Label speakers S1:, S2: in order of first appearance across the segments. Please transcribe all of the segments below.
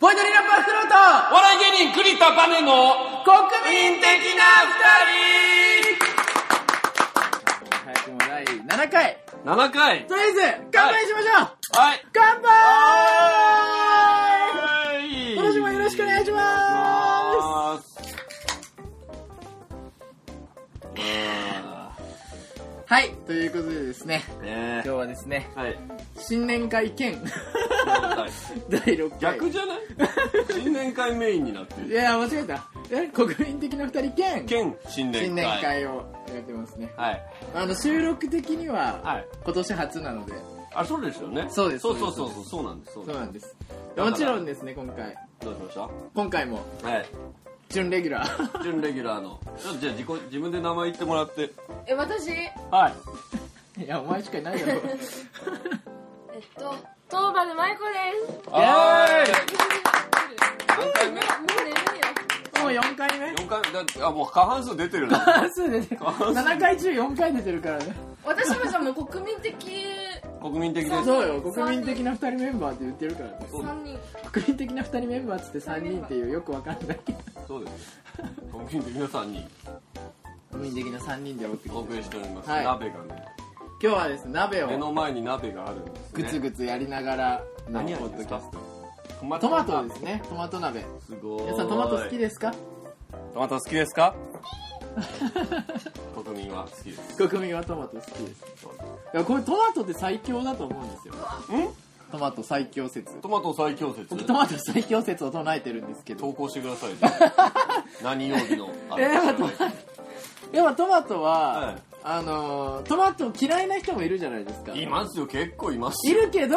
S1: ボイドリラパークロー
S2: お笑い芸人栗田バネの
S1: ト国民的な二人早くも第7回
S2: 二人 !7 回
S1: とりあえず乾杯しましょう、
S2: はい
S1: 乾杯
S2: はい
S1: 今年もよろしくお願いします
S2: す
S1: はい、ということでですね、今
S2: ね
S1: 日はですね、
S2: えはい
S1: 新年会兼
S2: はい
S1: 第6回。
S2: 逆じゃない新年会メインになって
S1: い
S2: る
S1: や、間違えた。え国民的な二人兼
S2: 兼新年会
S1: 新年会をやってますね。
S2: はい
S1: あの、収録的に
S2: は、
S1: はい今年初なので、
S2: あそうですよね
S1: そうです
S2: そうそうそうそうそうなんですそう
S1: そう
S2: です
S1: なんです。
S2: から
S1: もちろんですね、今回。
S2: どうしました
S1: 今回も、
S2: はい
S1: 準レギュラ ー。
S2: 準レギュラーのちょっとじゃあ自己自分で名前言ってもらって
S3: え私えっ
S2: はい
S1: いや、お前しかいない だろ。
S3: と東原舞子です
S2: はーい
S3: 何回目もう眠いよ
S1: もう4回目
S2: 4回だってあもう過半数出てる な
S1: 半数出てる。7回中4回出てるからね。
S3: 私もじゃあもう国民的
S2: 国民的です
S1: そうよ、国民的な二人メンバーって言ってるからね。
S3: 三人
S1: 国民的な二人メンバーっつって3人っていうよくわかんない。
S2: そうです国民的なさんに
S1: 国民的な3人でお送り
S2: お送りしております、
S1: はい
S2: 鍋がね
S1: 今日はですね鍋
S2: 目
S1: を
S2: の前に鍋があるんです、ね、
S1: グツグツやりながらの
S2: 何
S1: ポ
S2: 味
S1: ッド
S2: です
S1: キャ
S2: か
S1: ス
S2: トマ
S1: トトマトですねトマト鍋
S2: すごい
S1: 皆さんトマト好きですか
S2: トマト好きですか国民は好きです
S1: 国民はトマト好きですいやこれトマトって最強だと思うんですよトマト最強説
S2: トマト最強説
S1: 僕トマト最強説を唱えてるんですけ
S2: 投
S1: ど
S2: 稿してく ださいね何曜日のあ
S1: え
S2: れ
S1: ー待ってやっぱトマトは、
S2: はい
S1: あのートマト嫌いな人もいるじゃないですか
S2: いますよ結構います
S1: い
S2: よ
S1: るけど、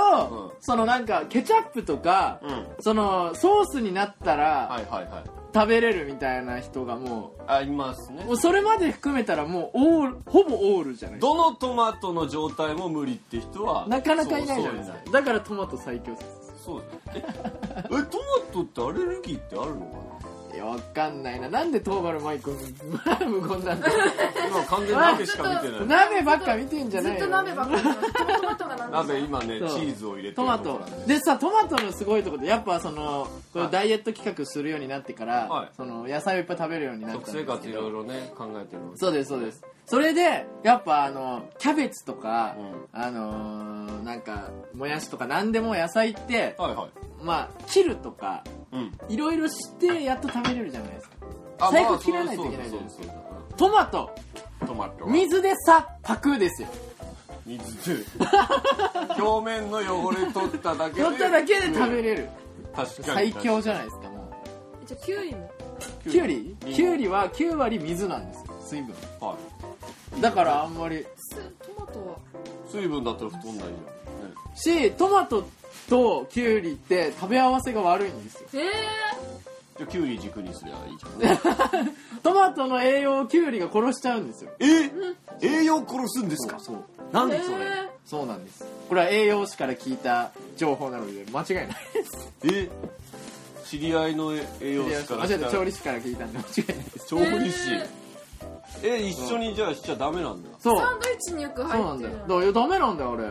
S2: うん
S1: そのなんかケチャップとか、
S2: うん
S1: そのソースになった
S2: は
S1: ら
S2: いはいはい
S1: 食べれるみたいな人がもう
S2: あいますね
S1: もうそれまで含めたらもうオールほぼオールじゃない
S2: どのトマトの状態も無理って人は
S1: なかなかいないじゃないです
S2: そうそう
S1: かだからトマト最強説
S2: そうですええトマトってアレルギーってあるの
S1: いやわかんないななんで東原舞子 無言 なんだよ
S2: かな今完全に鍋しか見てない
S1: 鍋ばっか見てんじゃ
S3: ず
S1: ない
S3: っ
S1: よ
S3: と鍋ばっかりだったトマトが何
S2: 鍋
S3: ですか
S2: 今ねチ
S1: そう
S2: ーズを入れて
S1: トマトでさトマトのすごいとこでやっぱそのこれダイエット企画するようになってから、
S2: はい
S1: その野菜をいっぱい食べるようになったん
S2: 食
S1: ですけ
S2: 生
S1: ど
S2: 活いろいろね考えてる
S1: そうですそうですそれでやっぱあのキャベツとか、
S2: うん
S1: あのーなんかもやしとか何でも野菜って、
S2: はいはい
S1: まあ切るとか
S2: うん
S1: いろいろしてやっと食べれるじゃないですか
S2: あ
S1: 最
S2: まあ
S1: 後切らないといけないじ
S2: そ
S1: ゃ
S2: う
S1: ない
S2: そ
S1: うです
S2: そうそう
S1: トマト
S2: トマトは
S1: 水でさパクですよ
S2: 水で表面の汚れ取っただけで
S1: 取っただけで食べれる
S2: 確かに
S1: 最強じゃないですかも
S3: じゃあキュウリも
S1: うきゅうり
S2: りんご
S1: きゅうりは9割水なんですよ水分
S2: は
S1: だからあんまり
S3: すトマトはい
S2: 水分だったら太んないじゃんね
S1: しトマトときゅうりって食べ合わせが悪いんですよ
S3: え
S2: じゃあキュウリ軸にすりゃいいじゃんね
S1: トマトの栄養をきゅうりが殺しちゃうんですよ
S2: え栄養殺すんですか
S1: そう
S2: なん
S3: ー、え
S2: でそれ
S3: ー、
S1: そうなんですこれは栄養士から聞いた情報なので間違いないです
S2: え知り合いの栄養士から
S1: 間違えた調
S2: 理
S1: 理師から聞いたんで間違いないです
S2: 調理師え一緒にじゃあしちゃダメなんだ
S1: そう
S3: サンドイッチによく
S1: そうな
S3: 入っ
S1: ん
S3: て
S1: だ
S3: る
S1: よだからいやダメなんだよあれ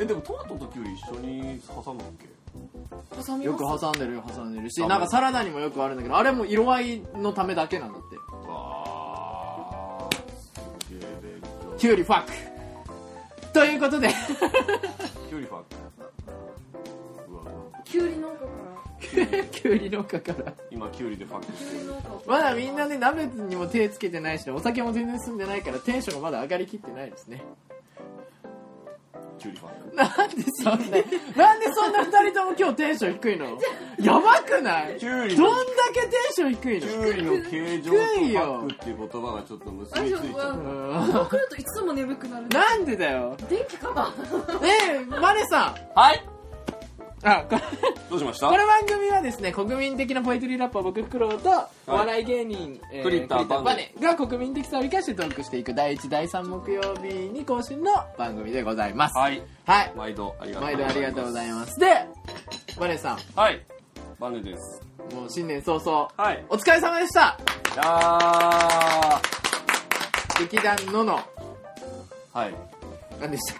S2: えでもトマトとキュウリ一緒に挟むっけ
S3: 挟み
S1: よく
S3: ます
S1: 挟んでるよ挟んでるし
S2: あ
S1: なんかサラダにもよくあるんだけどあれも色合いのためだけなんだって
S2: わーすげえ勉強
S1: キュウリファックということで
S2: キュウリファンうわうわ
S3: キュウリ農家から
S1: キュウリ農家から
S2: 今キュウリでファック
S3: キ
S2: して
S3: ュウリ
S2: る
S3: 農家
S1: まだみんなね鍋にも手つけてないしお酒も全然済んでないからテンションがまだ上がりきってないですね
S2: キュウリファック
S1: なんでそんななんでそんな2人とも今日テンション低いのやばくない
S2: キ
S1: ど
S2: ュ
S1: ん
S2: ウ
S1: だ
S2: リ
S1: け
S2: の
S1: テンション低い
S2: キ
S1: の
S2: ュウリの形状とファックっていう言葉がちょっと結びついちゃ
S3: あ
S2: う
S1: う
S3: でも
S1: ん
S3: 来るといつでも眠くなる
S1: なんでだよ
S3: 電気カバー
S1: ねえマネさん
S2: はい
S1: あこれ
S2: どうしました
S1: この番組はですね国民的なポエトリーラッパー僕フクロウとお笑い芸人、えー
S2: 栗田バ
S1: バ
S2: ネ
S1: ネが国民的さを生かしてトークしていく第1第3木曜日に更新の番組でございますい、
S2: はい
S1: はい、
S2: 毎度ありがとう
S1: 毎度ありがとうございますでバネさん
S2: はいバネです
S1: もう新年早々、
S2: はい
S1: お疲れ様でした
S2: いやー
S1: 劇団のの
S2: はい
S1: 何でしたっ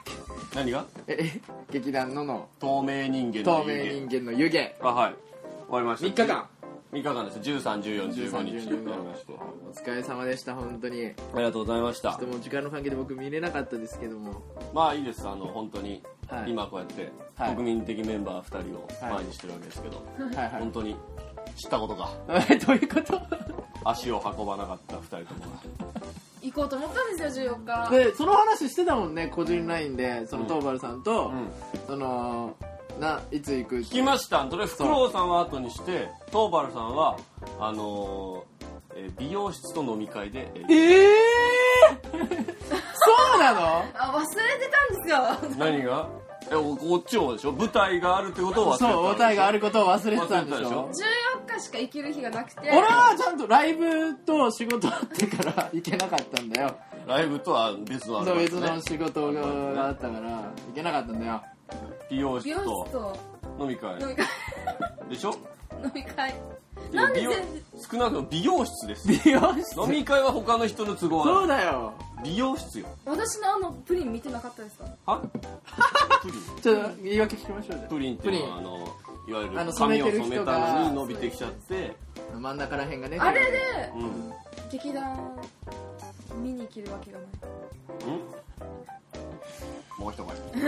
S2: 何が
S1: けええ劇団のの
S2: 透明人間
S1: 透
S2: の
S1: 明
S2: 人
S1: 人間の湯気
S2: 間あはい終わりました
S4: 3日間
S2: 3日間です13、14、15日
S1: 13 15
S2: やりましてあ
S1: お疲れ様でした本当に
S2: りがとうございました
S1: でも時間の関係で僕見れなかったですけども
S2: まあいいですあの本当に、
S1: はい
S2: 今こうやって、
S1: はい
S2: 国民的メンバー2人を
S1: はい
S2: 前にしてるわけですけど、
S1: はいはい
S2: 本当に知ったことが
S1: え どういうこと
S2: 足を運ばなかった2人とも
S3: 行こうと思ったんですよ、14日。
S1: でその話してたもんね個人ラインでその
S2: うん
S1: トーバルさんと、
S2: うん
S1: そのないつ行く
S2: 聞きましたそれフクロウさんは後にしてトーバルさんはあのーえー美容室と飲み会で、えー
S1: ええー、 そうなの
S3: あ、忘れてたんですよ。
S2: 何がえおこっちをでしょ舞台があるってことを忘れてた
S1: そうお題があ
S2: る
S1: ることを忘れてたんでし
S2: 忘れてた
S1: ょ
S2: で
S3: 14日しか行ける日がなくて。
S1: 俺はちゃんとライブと仕事あってから行けなかったんだよ
S2: ライブとは別のあ
S1: そう
S2: れ
S1: 別の仕事があったから行けなかったんだよ
S2: 美容
S3: 美
S2: 室
S3: 容室
S2: と
S3: と
S2: 飲み会
S3: 飲み会。
S2: でしょ
S3: 飲み会。なんで
S2: いや美容
S3: 全然
S2: 少なくとも美容室 です
S1: 美容室
S2: 飲み会は他の人の都合
S1: そ
S2: は
S1: うだよ
S2: 美容室よ
S3: 私のあのプリン見てなかったですか
S2: はプ リン
S1: ちょっと言い訳聞きましょうじゃ
S2: プリンっていうのはあのいわゆ
S1: あの
S2: る
S1: 染
S2: 髪
S1: め
S2: を
S1: てる
S2: 染
S1: 人が
S2: めたのに伸びてきちゃって
S1: あ真ん中らへんがね
S3: あれで、
S2: うん
S3: 劇団見に行けるわけがない。
S2: もう一回。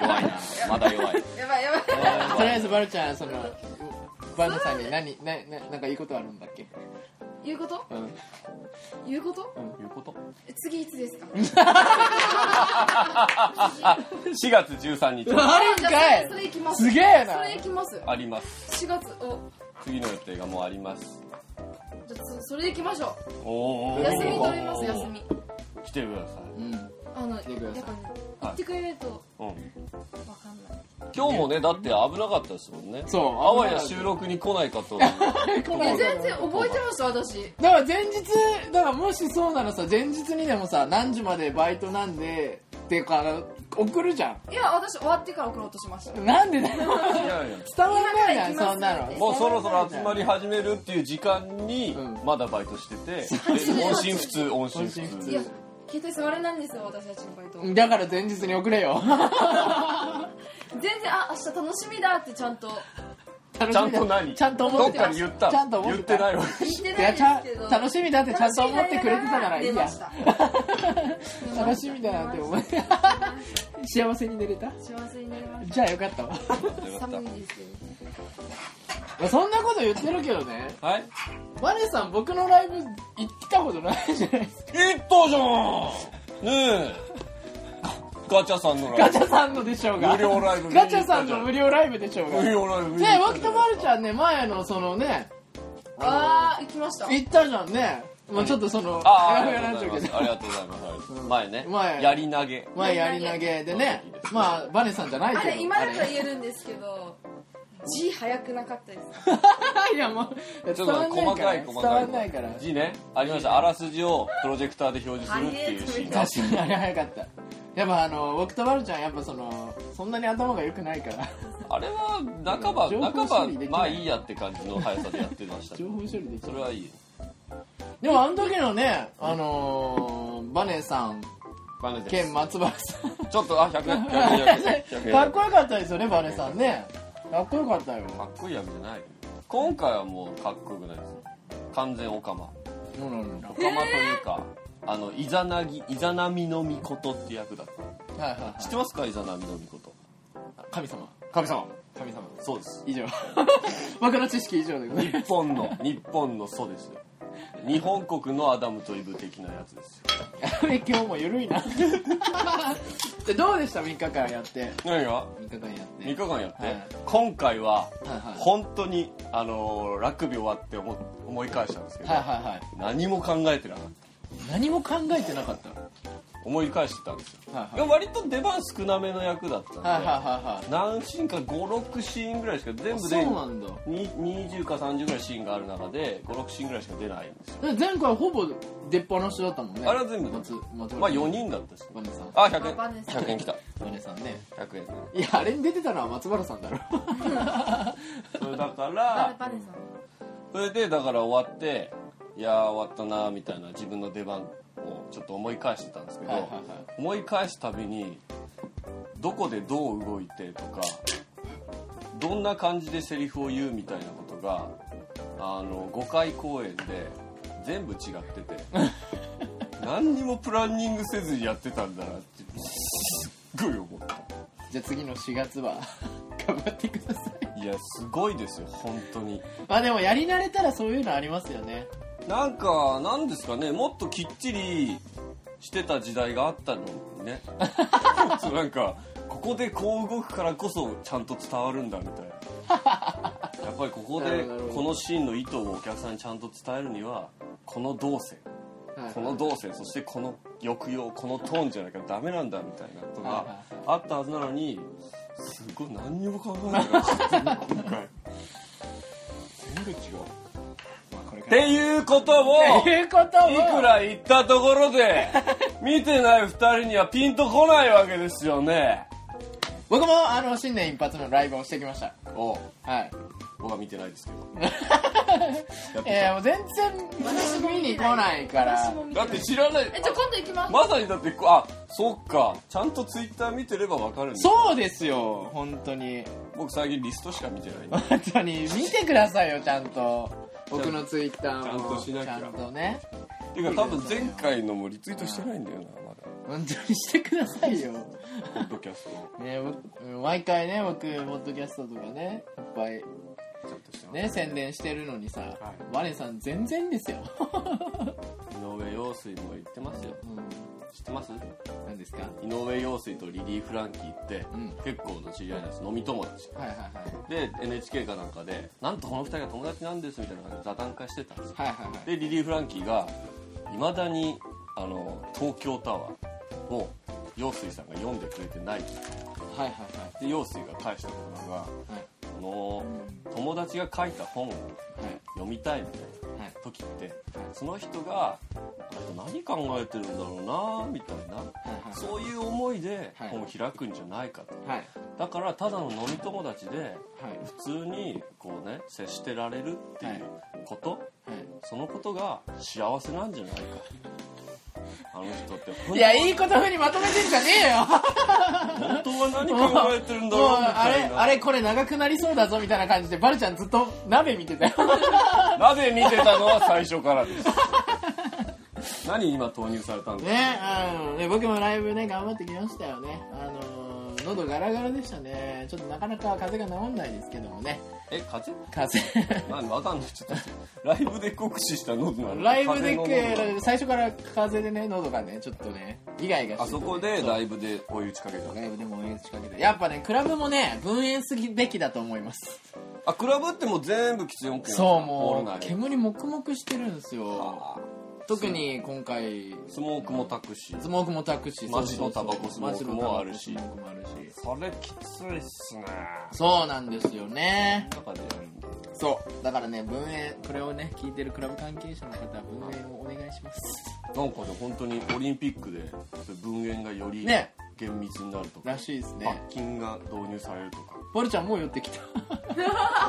S2: 弱いな。まだ弱い。
S3: やばいやばい。
S1: とりあえずバルちゃんそのバンドさんに何なななんかいいことあるんだっけ
S3: 言うこと
S1: うんうん
S3: 言うこと
S2: いうこと。
S3: え次いつですか
S2: 4月13日
S1: あるん
S3: じゃ
S1: か
S3: あそれそれ
S1: い
S3: 行きます。
S1: すげえな
S3: それ行きます。
S2: あります。
S3: 4月、お、
S2: 次の予定がもうあります。
S3: じゃあそそれ行きましょ
S2: お
S3: う。
S2: ー
S3: 休み取ります、休み。
S2: 来てください。
S1: うん
S3: あの、やっぱ
S1: て
S3: ね
S1: ください、
S2: はい
S3: 行ってくれないと
S2: うん。
S3: わかんない。
S2: 今日もね、だって危なかったですもんね。
S1: そう
S2: あわや収録に来ないかと。
S1: あれ来
S3: い
S1: な
S3: や、
S1: いだ
S3: 全然覚えてました、私。
S1: から前日だからもしそうならさ前日にでもさ何時までバイトなんでっていうか送るじゃ
S3: いや、私終わってから送ろうとしました。
S1: んなんでだよ
S2: いやいや。
S1: 伝わらないじゃんそんなの
S2: もうそろそろ集まり始めるっていう時間に
S1: うん
S2: まだバイトしてて、で音信不通音信不
S1: 音信不
S3: いや
S1: 通
S2: 通、
S3: 携帯触れないんですよ、私たちのバイト。
S1: だから前日に送れよ
S3: 全然、あ、明日楽しみだってちゃんと
S2: ちゃんと何
S1: ちゃんと思
S2: ど
S1: っ
S2: って
S1: た
S2: かに言った
S1: ちゃんと思
S2: 言
S1: っ
S2: ってて
S1: た
S2: ないわ
S3: 言って
S1: い
S3: ない
S1: や
S3: で
S1: ち
S3: す
S1: ゃん
S3: けど。
S1: 楽しみだってちゃんと思ってくれてたならいい
S3: 出ま
S1: や
S3: した。
S1: 楽しみだなって思い幸せに寝れた
S3: 幸せになりまし
S1: じゃあよかったわ
S3: た。寒いですけど。
S1: まあそんなこと言ってるけどね
S2: はい
S1: マネさん僕のライブ行ったことないじゃないですか
S2: 行ったじゃんねえガチャさんのラ
S1: ガ
S2: イ
S1: チャさんのでしょうが
S2: 無料ライブ見に行
S1: ガ
S2: った
S1: チ
S2: じゃん
S1: ャさんの無料ライブでしょう
S2: ブ
S1: が
S2: 無
S1: ね
S2: 料ライブ見に行っ
S1: 脇
S2: たじ
S1: 田
S2: ゃん
S1: まるちゃんね前のそのね
S3: あー、行きました。
S1: 行ったじゃんねまあちょっとその
S2: ああ
S1: ふ
S2: り
S1: に
S2: が
S1: なっちゃ
S2: とう
S1: う
S2: ござ
S1: け
S2: います
S1: ど
S2: ありがとうございます、はい前ね
S1: 前
S2: やり投げ
S1: 前やり投げでねまあバネさんじゃない
S3: あ
S1: け
S3: れ、
S1: ど
S3: 今だから
S1: あ
S3: 言えるんですけど、字早くなかったです。
S1: れ いやもう
S2: ち
S1: 伝
S2: ょっと
S1: わんないか
S2: 細
S1: ら
S2: かい
S1: 伝
S2: 細か
S1: わ
S2: い
S1: んないから
S2: 字ねありましたあらすじをプロジェクターで表示するっていうシーンが
S1: 確かにあれ早かったやっぱあの僕とバルちゃんやっぱそのそんなに頭が良くないから
S2: あれは半ば
S1: 情報処理でき
S2: 半ば
S1: ない
S2: まあいいやって感じの速さでやってました
S1: 情報処理でき
S2: そ
S1: る
S2: れはいい
S1: でもあの時のねあのー、バネさん
S2: バネです
S1: 兼松原さん
S2: ちょっとあ100円100円100 円
S1: かっこよかったですよねバネさんねかっこよかったよ
S2: かっこいいわけじゃない今回はもうかっこよくないです完全オカマ
S1: そうなんだ
S2: オカマというか、あのイザナギイザナミのミコトって役だった
S1: はいはい、は
S2: 知ってますかイザナミのミコト
S1: い、神様
S2: 神様
S1: 神様
S2: そうです
S1: 以上 僕の知識以上でござい
S2: 日
S1: ます
S2: 本の日本の祖ですよ日本国のアダムとイブ的なやつですよ
S1: 今日も緩いなでどうでした3日間やって
S2: 何が
S1: 3日間やって
S2: 3日間やって、
S1: はい
S2: 今回は
S1: はいはい
S2: 本当にあのーラグビー終わって思思い返したんですけど、
S1: はいはいはい
S2: 何も考えてなかった
S1: 何も考えてなかった
S2: 思い返してたんですよ、
S1: はい
S2: でも割と出番少なめの役だったん
S1: は
S2: で、
S1: いはいはいはい
S2: 何シーンか56シーンぐらいしか全部で
S1: そうなんだ
S2: に20か30ぐらいシーンがある中で56シーンぐらいしか出ないんですよ、
S1: で前回ほぼ出っ放しだったもんね
S2: あれは全部
S1: 松松
S2: まあ
S1: 原
S2: 4
S1: さん
S2: 人だったし
S1: バネさん
S2: あ100円
S3: バネさん
S2: 100円きた
S1: バネさんね
S2: 100円
S1: いやあれに出てたのは松原さんだろ
S2: それだか
S3: バネ
S2: ら
S3: バネさん。
S2: それでだから終わっていやー終わったなーみたいな自分の出番をちょっと思い返してたんですけど、
S1: はいはいは
S2: 思い返すたびにどこでどう動いてとかどんな感じでセリフを言うみたいなことがあの5回公演で全部違ってて 何にもプランニングせずにやってたんだなってすっごい思った
S1: じゃあ次の4月は 頑張ってください
S2: いやすごいですよ本当に
S1: まあでもやり慣れたらそういうのありますよね
S2: なんかなんですかねもっときっちりしてた時代があったのにね そうなんかここでこう動くからこそちゃんと伝わるんだみたい なやっぱりここ
S1: な
S2: で
S1: るほど
S2: このシーンの意図をお客さんにちゃんと伝えるにはこの動線
S1: はい
S2: この動線そしてこの抑揚このトーンじゃなきゃダメなんだみたいなこと
S1: はい
S2: があったはずなのにすごい何にも考えない から今回全部違うっていうこと を
S1: ということはい
S2: くら言ったところ で見てない二人にはピンとこないわけですよね
S1: 僕もあの新年一発のライブをしてきました
S2: お
S1: はい
S2: 僕は見てないですけ どやっぱ
S1: えー、もう全
S3: 私も
S1: 然見に来ないから
S3: 私も見て
S2: だ
S3: な
S2: っ
S3: い
S2: て知らない
S3: えじゃあ今度行きます、
S2: まさにだってこあそっかちゃんとツイッター見てればわかるんです
S1: そうですよ本当に
S2: 僕最近リストしか見てないんで
S1: 本当に見てくださいよちゃんと僕のツイッターも
S2: ちゃんとしなきゃ
S1: ちゃんとね
S2: っていうか多分前回のもリツイートしてないんだよなまだ
S1: 本当にしてくださいよ
S2: ポッドキャストを
S1: ね僕毎回ね僕ポッドキャストとかねいっぱい
S2: ちゃんとしてます
S1: ね宣伝してるのにさ、
S2: い
S1: 我さん全然ですよ、
S2: 井上陽水も言ってますよ
S1: う
S2: 知ってます
S1: ん、何ですか
S2: 井上陽水とリリー・フランキーって
S1: うん
S2: 結構の知り合いなんです飲み友達
S1: はいはいはい
S2: で NHK かなんかで「なんとこの二人が友達なんです」みたいな感じで座談会してたんですよ
S1: はいはいはい
S2: でリリー・フランキーがいまだにあの東京タワーを陽水さんが読んでくれてない
S1: はいはいはい
S2: で陽水が返した言葉が
S1: はい
S2: 「この友達が書いた本を読みたい」みたいな
S1: はいはい
S2: 時ってその人が「あの人何考えてるんだろうな」みたいな
S1: は
S2: そういう思いで
S1: はい
S2: 本を開くんじゃないかと
S1: いはいはい
S2: だからただの飲み友達で
S1: はい
S2: 普通にこうね接してられるっていうこと、そのことが幸せなんじゃないかあの人って本
S1: いや、いいことふうにまとめてんじゃねえよ
S2: 当は何考えてるんだ
S1: もう
S2: ろうみ
S1: あ
S2: た
S1: れ
S2: いな
S1: あれこれ長くなりそうだぞみたいな感じでバルちゃんずっと鍋見てたよ
S2: なぜ見てたのは最初からです 何今投入されたんだ
S1: ねうんね僕もライブね頑張ってきましたよねあのー、喉ガラガラでしたねちょっとなかなか風邪が治んないですけどもね
S2: え風邪
S1: 風邪
S2: なんわかんないちょっとライブで酷使した喉な の
S1: ライブで
S2: 風邪の
S1: 最初から風邪でね喉がねちょっとねイガイガして
S2: 喉
S1: て
S2: あそこでライブで追い打ちかけた
S1: ライブでも応援仕掛けてやっぱねクラブもね分煙すべきだと思います
S2: あクラブってもう全部喫煙 OK
S1: そう
S2: オール
S1: も
S2: ナイ
S1: う
S2: ト
S1: 煙黙々してるんですよ
S2: あ
S1: 特に今回
S2: ースモークもたくし
S1: スモークもたくし
S2: 街のタバコスモークもあるし
S1: 街のタバコスモークもあるし
S2: それきついっすね
S1: そうなんですよね
S2: 中でやるんだ
S1: そうだからね分煙これをね聞いてるクラブ関係者の方は分煙をお願いします
S2: なんかね本当にオリンピックで文言がより
S1: ね
S2: 厳密になるとか、
S1: らしいですね
S2: 罰金が導入されるとか
S1: ボルちゃんもう寄ってきた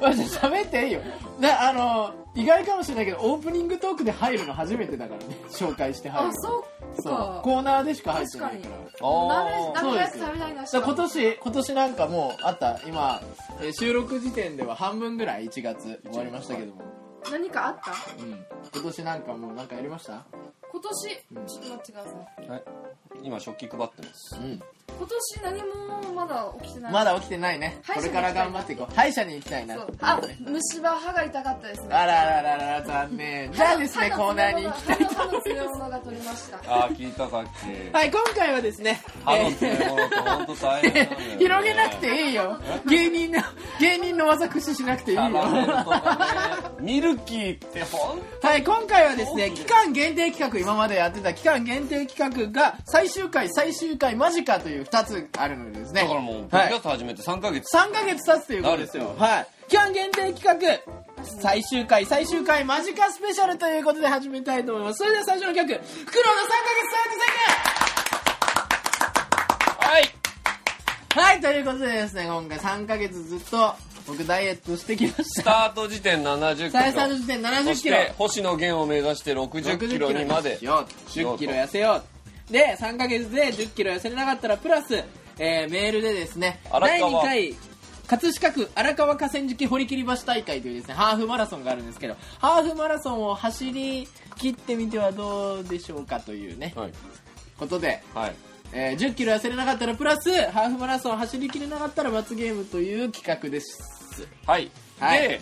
S1: ボルちゃん喋っていいよなあの意外かもしれないけどオープニングトークで入るの初めてだからね紹介して入る
S3: あ
S1: の
S3: そう
S1: そう
S3: か
S1: コーナーでしか入ってないから
S3: 確
S2: あ
S3: ダメなやつ食べたいな
S1: だから今年今年なんかもうあった今、えー収録時点では半分ぐらい1月終わりましたけども、
S3: 何かあった
S1: うん、今年なんかもうなんかやりました
S3: 今年ちょっと待ってください
S2: はい今食器配ってます
S1: うん
S3: 今年何もまだ起きてない
S1: まだ起きてないね
S3: 歯医
S1: これか
S3: 者に行きた
S1: ら
S3: い
S1: 頑張っていこう歯医者に行きたいな
S3: そ
S1: って
S3: う
S1: いう
S3: あ
S1: ね
S3: 虫歯歯が痛かったですね
S1: あららららら残念じゃあですねコーナーに行きたい
S3: 歯の強いものが取りました
S2: ああ聞いたさっき
S1: はい今回はですね、
S2: 歯の詰め物って本当大変なんだよ、ね
S1: 広げなくていいよ芸人の芸人の技駆使しなくていいよ
S2: 束ねると
S1: は
S2: かねミルキーって本
S1: い今回はですね期間限定企画今までやってた期間限定企画が最終回最終回間近という2つあるのでですね
S2: 当だからもうポ
S1: は
S2: ッ
S1: い
S2: ドキャスト始めて3ヶ月、
S1: 3ヶ月経つということですよ。はい。期間限定企画、最終回、最終回、間近スペシャルということで始めたいと思います。それでは最初の曲、フクロウの3ヶ月最後
S2: はい
S1: はい、ということでですね、今回3ヶ月ずっと僕ダイエットしてきまし
S2: ス
S1: た。
S2: タート時点70キロ
S1: 最初の時点
S2: そ
S1: 70
S2: し
S1: キロ。
S2: て星野源を目指して60キロにまで
S1: 10キロ痩せようで3ヶ月で10キロ痩せれなかったらプラスえーメールでですね、
S2: 荒
S1: 第2
S2: 川
S1: 回、葛飾区荒川河川敷堀切橋大会というですね、ハーフマラソンがあるんですけど、ハーフマラソンを走り切ってみてはどうでしょうかというね、
S2: はい
S1: ことで、
S2: はい
S1: えー10キロ痩せれなかったらプラス、ハーフマラソンを走りきれなかったら罰ゲームという企画です。
S2: はい、
S1: はい
S2: で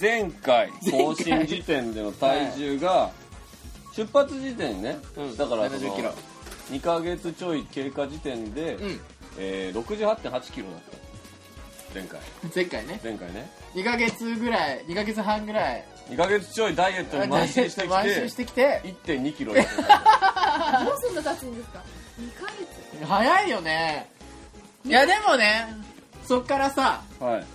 S2: 前回更新時点での体重が出発時点ね、
S1: うん
S2: だからそ
S1: 70
S2: の
S1: キロ
S2: 2ヶ月ちょい経過時点で、
S1: うん。
S2: えー、68.8キロだった前回
S1: 前回ね、
S2: 前回ね
S1: 2ヶ月ぐらい、2ヶ月半ぐらい、
S2: 2ヶ月ちょいダイエットに慢心 してき
S1: 満身しててきて、
S2: 1.2キロ痩せた
S3: どうすんの経つんですか2ヶ月
S1: 早いよね。いやでもね、そっからさ、
S2: はい。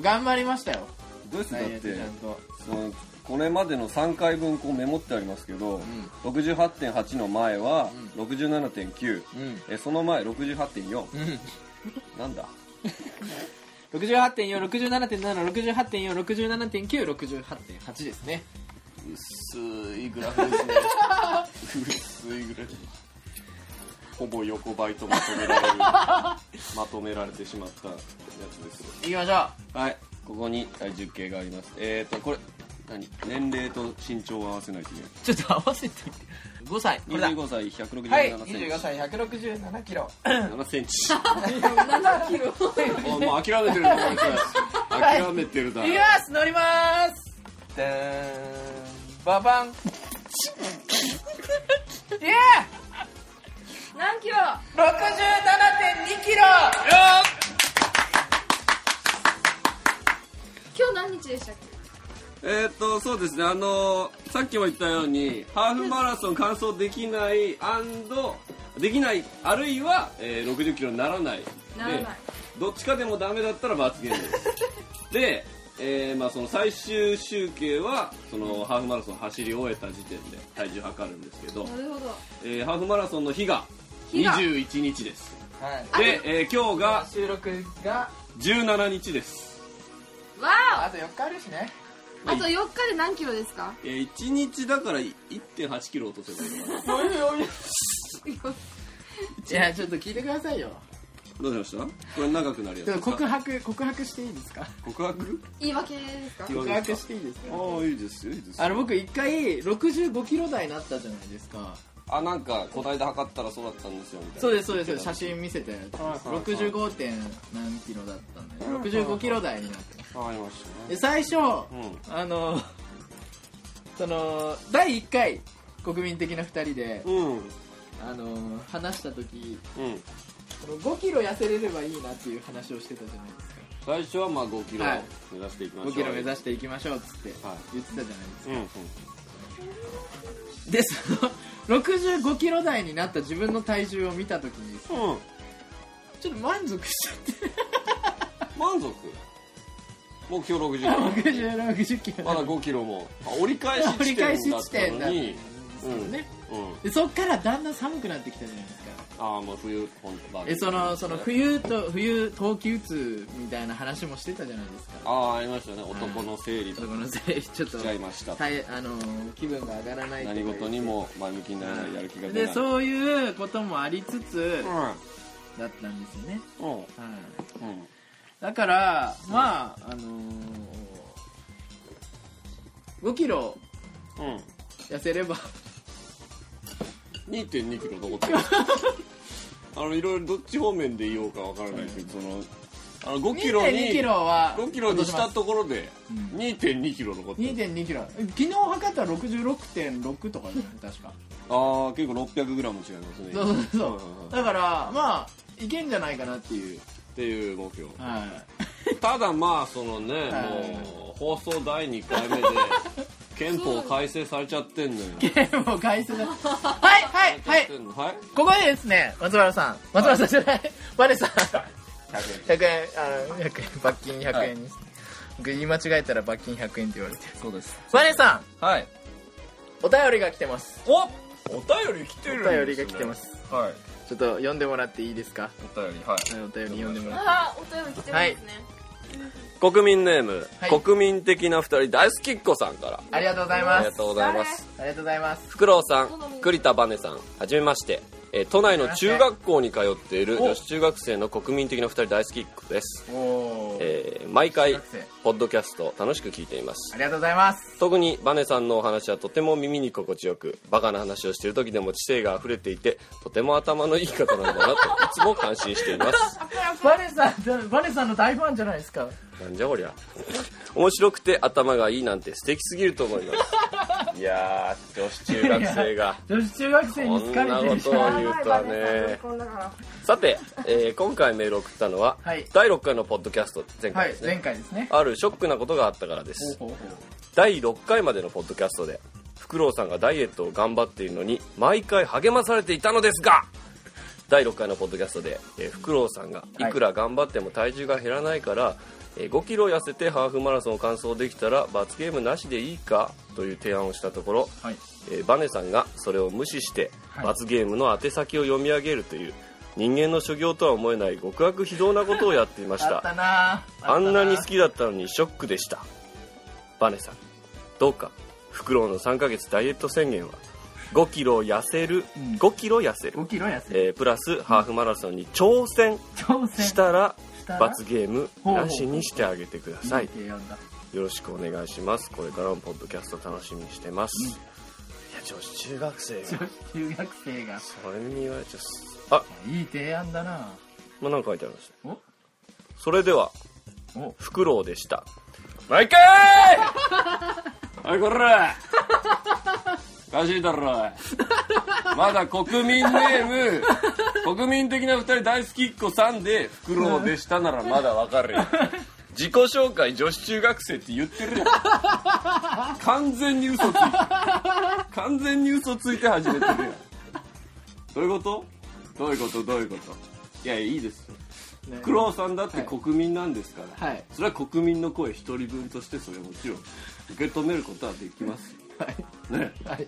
S1: 頑張りましたよ。
S2: どうして
S1: ダ
S2: だっ
S1: イエット
S2: て
S1: ちゃん、と。
S2: その、これまでの3回分こうメモってありますけど、
S1: ん
S2: 68.8の前は67.9、
S1: うん。
S2: え、その前68.4。
S1: うん。
S2: なんだ
S1: 68.4、67.7、68.4、67.9、68.8ですね。
S2: 薄いグラフですね。薄いグラフ。ほぼ横ばいとまとめられる、まとめられてしまったやつですよ。
S1: 行きましょ。
S2: はい、ここに体重計があります。えーと、これ、何年齢と身長を合わせないといけないう
S1: ちょっと合わせてみて。5歳。これだ。
S2: 25歳167センチ。
S1: はい、25歳、167キロ。
S2: 7センチ。
S3: 7キロ
S2: あもう諦めてるな、こいつら諦めてるだ
S1: 行きます乗りますでーんババ ンいや
S3: 何キロ
S1: 67.2キロ
S3: 今日何日でしたっけ
S2: えーっと、そうですね、あのーさっきも言ったように、ハーフマラソン完走できない、アンド、できない、あるいは、えー60キロにならない。
S3: ならない
S2: でどっちかでもダメだったら罰ゲーム です。で、えーまあその最終集計は、そのハーフマラソン走り終えた時点で体重測るんですけど、
S3: なるほど
S2: えーハーフマラソンの日が
S3: 日が
S2: 21日です。
S1: はい
S2: で、えー今日が
S1: 収録が
S2: 17日です。
S3: わ
S1: あと4日あるしね
S3: おあと4日で何キロですか
S2: えー、1日だから1.8キロ落とせばいいのかな
S1: 余裕余裕いやちょっと聞いてくださいよ
S2: どうしましたこれ長くなるやつ
S1: ちょ
S2: で
S1: っ
S2: す
S1: と
S2: か
S1: 告白告白していいですか
S2: 告白
S3: 言い訳ですか
S2: 言い
S1: 告
S2: 訳ですか
S1: 白していいですか
S2: ああいいですよいいですよ
S1: あの僕一回65キロ台になったじゃないですか
S2: あなんかこないだ測ったらそうだったんですよみたいな
S1: そうですそうです写真見せて65点何キロだったんで65キロ台になって
S2: わかりまし
S1: で最初、あのその第1回国民的な2人で、
S2: たねうんうん
S1: あの話した時
S2: うん
S1: この5キロ痩せれればいいなっていう話をしてたじゃないですか
S2: 最初はまあ5キロ
S1: はい
S2: 目指していきましょう
S1: 5キロ目指
S2: し
S1: していきましょうっつって
S2: はい
S1: 言ってたじゃないですか、
S2: うんうん
S1: でその65キロ台になった自分の体重を見た時に
S2: うん
S1: ちょっと満足しち
S2: 満足目標60 キ
S1: ゃ
S2: ロ
S1: って60、60キロ
S2: まだ5キロもあ折り返し
S1: 折
S2: 地
S1: り返し
S2: 点だっ
S1: 地
S2: た
S1: 点だ
S2: の
S1: ったん
S2: に
S1: ですよね、
S2: うん
S1: でそっからだんだん寒くなってきたじゃないですか
S2: ああもう冬本当だ
S1: えそのその冬と冬冬季うつみたいな話もしてたじゃないですか
S2: ああありましたね男の生理
S1: ち
S2: と
S1: ょっ
S2: か
S1: とこのせいちょっと
S2: しちゃいました
S1: たいあのー気分が上がらないとい
S2: 何
S1: う
S2: 事にも前向きにならないやる気が出
S1: で
S2: ない
S1: そういうこともありつつ
S2: う
S1: だったんですよね、
S2: んうん
S1: はい
S2: うん
S1: だからまああのー、5キロ
S2: うん
S1: 痩せれば
S2: 2.2キロ 残ってるあのいろいろどっち方面で言おうかわからないですけどそのあの5キロに
S1: 2.2キロは
S2: 5キロにした
S1: 落とし
S2: ところで
S1: うん
S2: 2.2キロ残っ
S1: ます
S2: てる
S1: 2.2キロえ昨日測ったら66.6とかじゃない確か
S2: ああ結構600グラム違いますね
S1: そうそうそう
S2: うんうん
S1: だからまあいけんじゃないかなっていう
S2: っていう目標
S1: はい
S2: ただまあその
S1: は
S2: ね
S1: い
S2: もう放送第2 回目で憲法改正されちゃってんのよ
S1: もう外出だ。はい、はい、はい。
S2: はい
S1: ここでですね、松原さん。松原さんじゃない。バネさん。
S2: 100
S1: 100円、あの、100円、罰金100円に。僕言い間違えたら罰金100円って言われてる。
S2: そうです
S1: バネさん、
S2: はい
S1: お便りが来てます。
S2: おお便り来てるんです、ね、
S1: お便りが来てます
S2: はい
S1: ちょっと読んでもらっていいですか
S2: お便りはい
S1: お便り読んでもらって。
S3: ああお便り来てるんですね、
S2: 国民ネーム、
S1: はい
S2: 国民的な二人大好きっ子さんから
S1: ありがとうござい
S2: あ
S1: ま
S2: りが
S1: す。
S2: とうございます
S1: ありがとうございます。
S2: フクロウさん
S3: 好み
S2: 栗田バネさんはじめまして
S4: えー都内の中学校に通っている女子中学生の国民的な2人大好きっ子です、
S1: おー
S4: えー毎回
S1: 中学生
S4: ポッドキャスト楽しく聞いています
S1: ありがとうございます
S4: 特にバネさんのお話はとても耳に心地よくバカな話をしている時でも知性が溢れていてとても頭のいい方なんだなといつも感心しています
S1: バネさんバネさんの大ファンじゃないですか
S4: なんじゃこりゃ面白くて頭がいいなんて素敵すぎると思い ますいやー女子中学生が
S1: 女子中学生に好かれてるじ
S4: こんな
S1: ゃ
S4: こ
S1: ん
S4: と言うとはね
S3: こんだから
S4: さて、えー今回メールを送ったのは、
S1: はい
S4: 第6回のポッドキャスト前
S1: は
S4: 回
S1: い
S4: ですね、
S1: 前回ですね
S4: あるショックなことがあったからです第6回までのポッドキャストでフクロウさんがダイエットを頑張っているのに毎回励まされていたのですが第6回のポッドキャストで、えーフクロウさんがいくら頑張っても体重が減らないから、えー5キロ痩せてハーフマラソンを完走できたら罰ゲームなしでいいかという提案をしたところ、
S1: はい
S4: えーバネさんがそれを無視して
S1: はい
S4: 罰ゲームの宛先を読み上げるという人間の所業とは思えない極悪非道なことをやっていまし
S1: あ
S4: た
S1: ったなあった
S4: あんなに好きだったのにショックでしたバネさんどうかフクロウの3ヶ月ダイエット宣言は5キロ痩せる
S1: うん
S4: 5キロ痩せる、
S1: 5キロ痩せ
S4: えープラスハーフマラソンに挑戦
S1: 挑戦
S4: したら
S1: したら
S4: 罰ゲームなしにしてあげてくださ
S1: いい
S4: い
S1: 提案だ
S4: よろしくお願いしますこれからもポッドキャスト楽しみにしてます、いや女子中学生が
S1: 女子中学生が
S4: それに言われちゃうあ
S1: いい提案だな
S4: もうなんか書いてありますね
S1: お
S4: それでは
S1: お
S4: フクロウでした
S2: 毎回おいこらおかしいだろおいまだ国民ネーム国民的な二人大好きっ子さんでフクロウでしたならまだわかるよ自己紹介女子中学生って言ってるよ完全に嘘ついて完全に嘘ついて始めてるよどういうことどういうことどういうこといやいいですよ
S1: ね
S2: フクロウさんだって国民なんですから、
S1: はい
S2: それは国民の声一人分としてそれはもちろん受け止めることはできますよ ね
S1: はい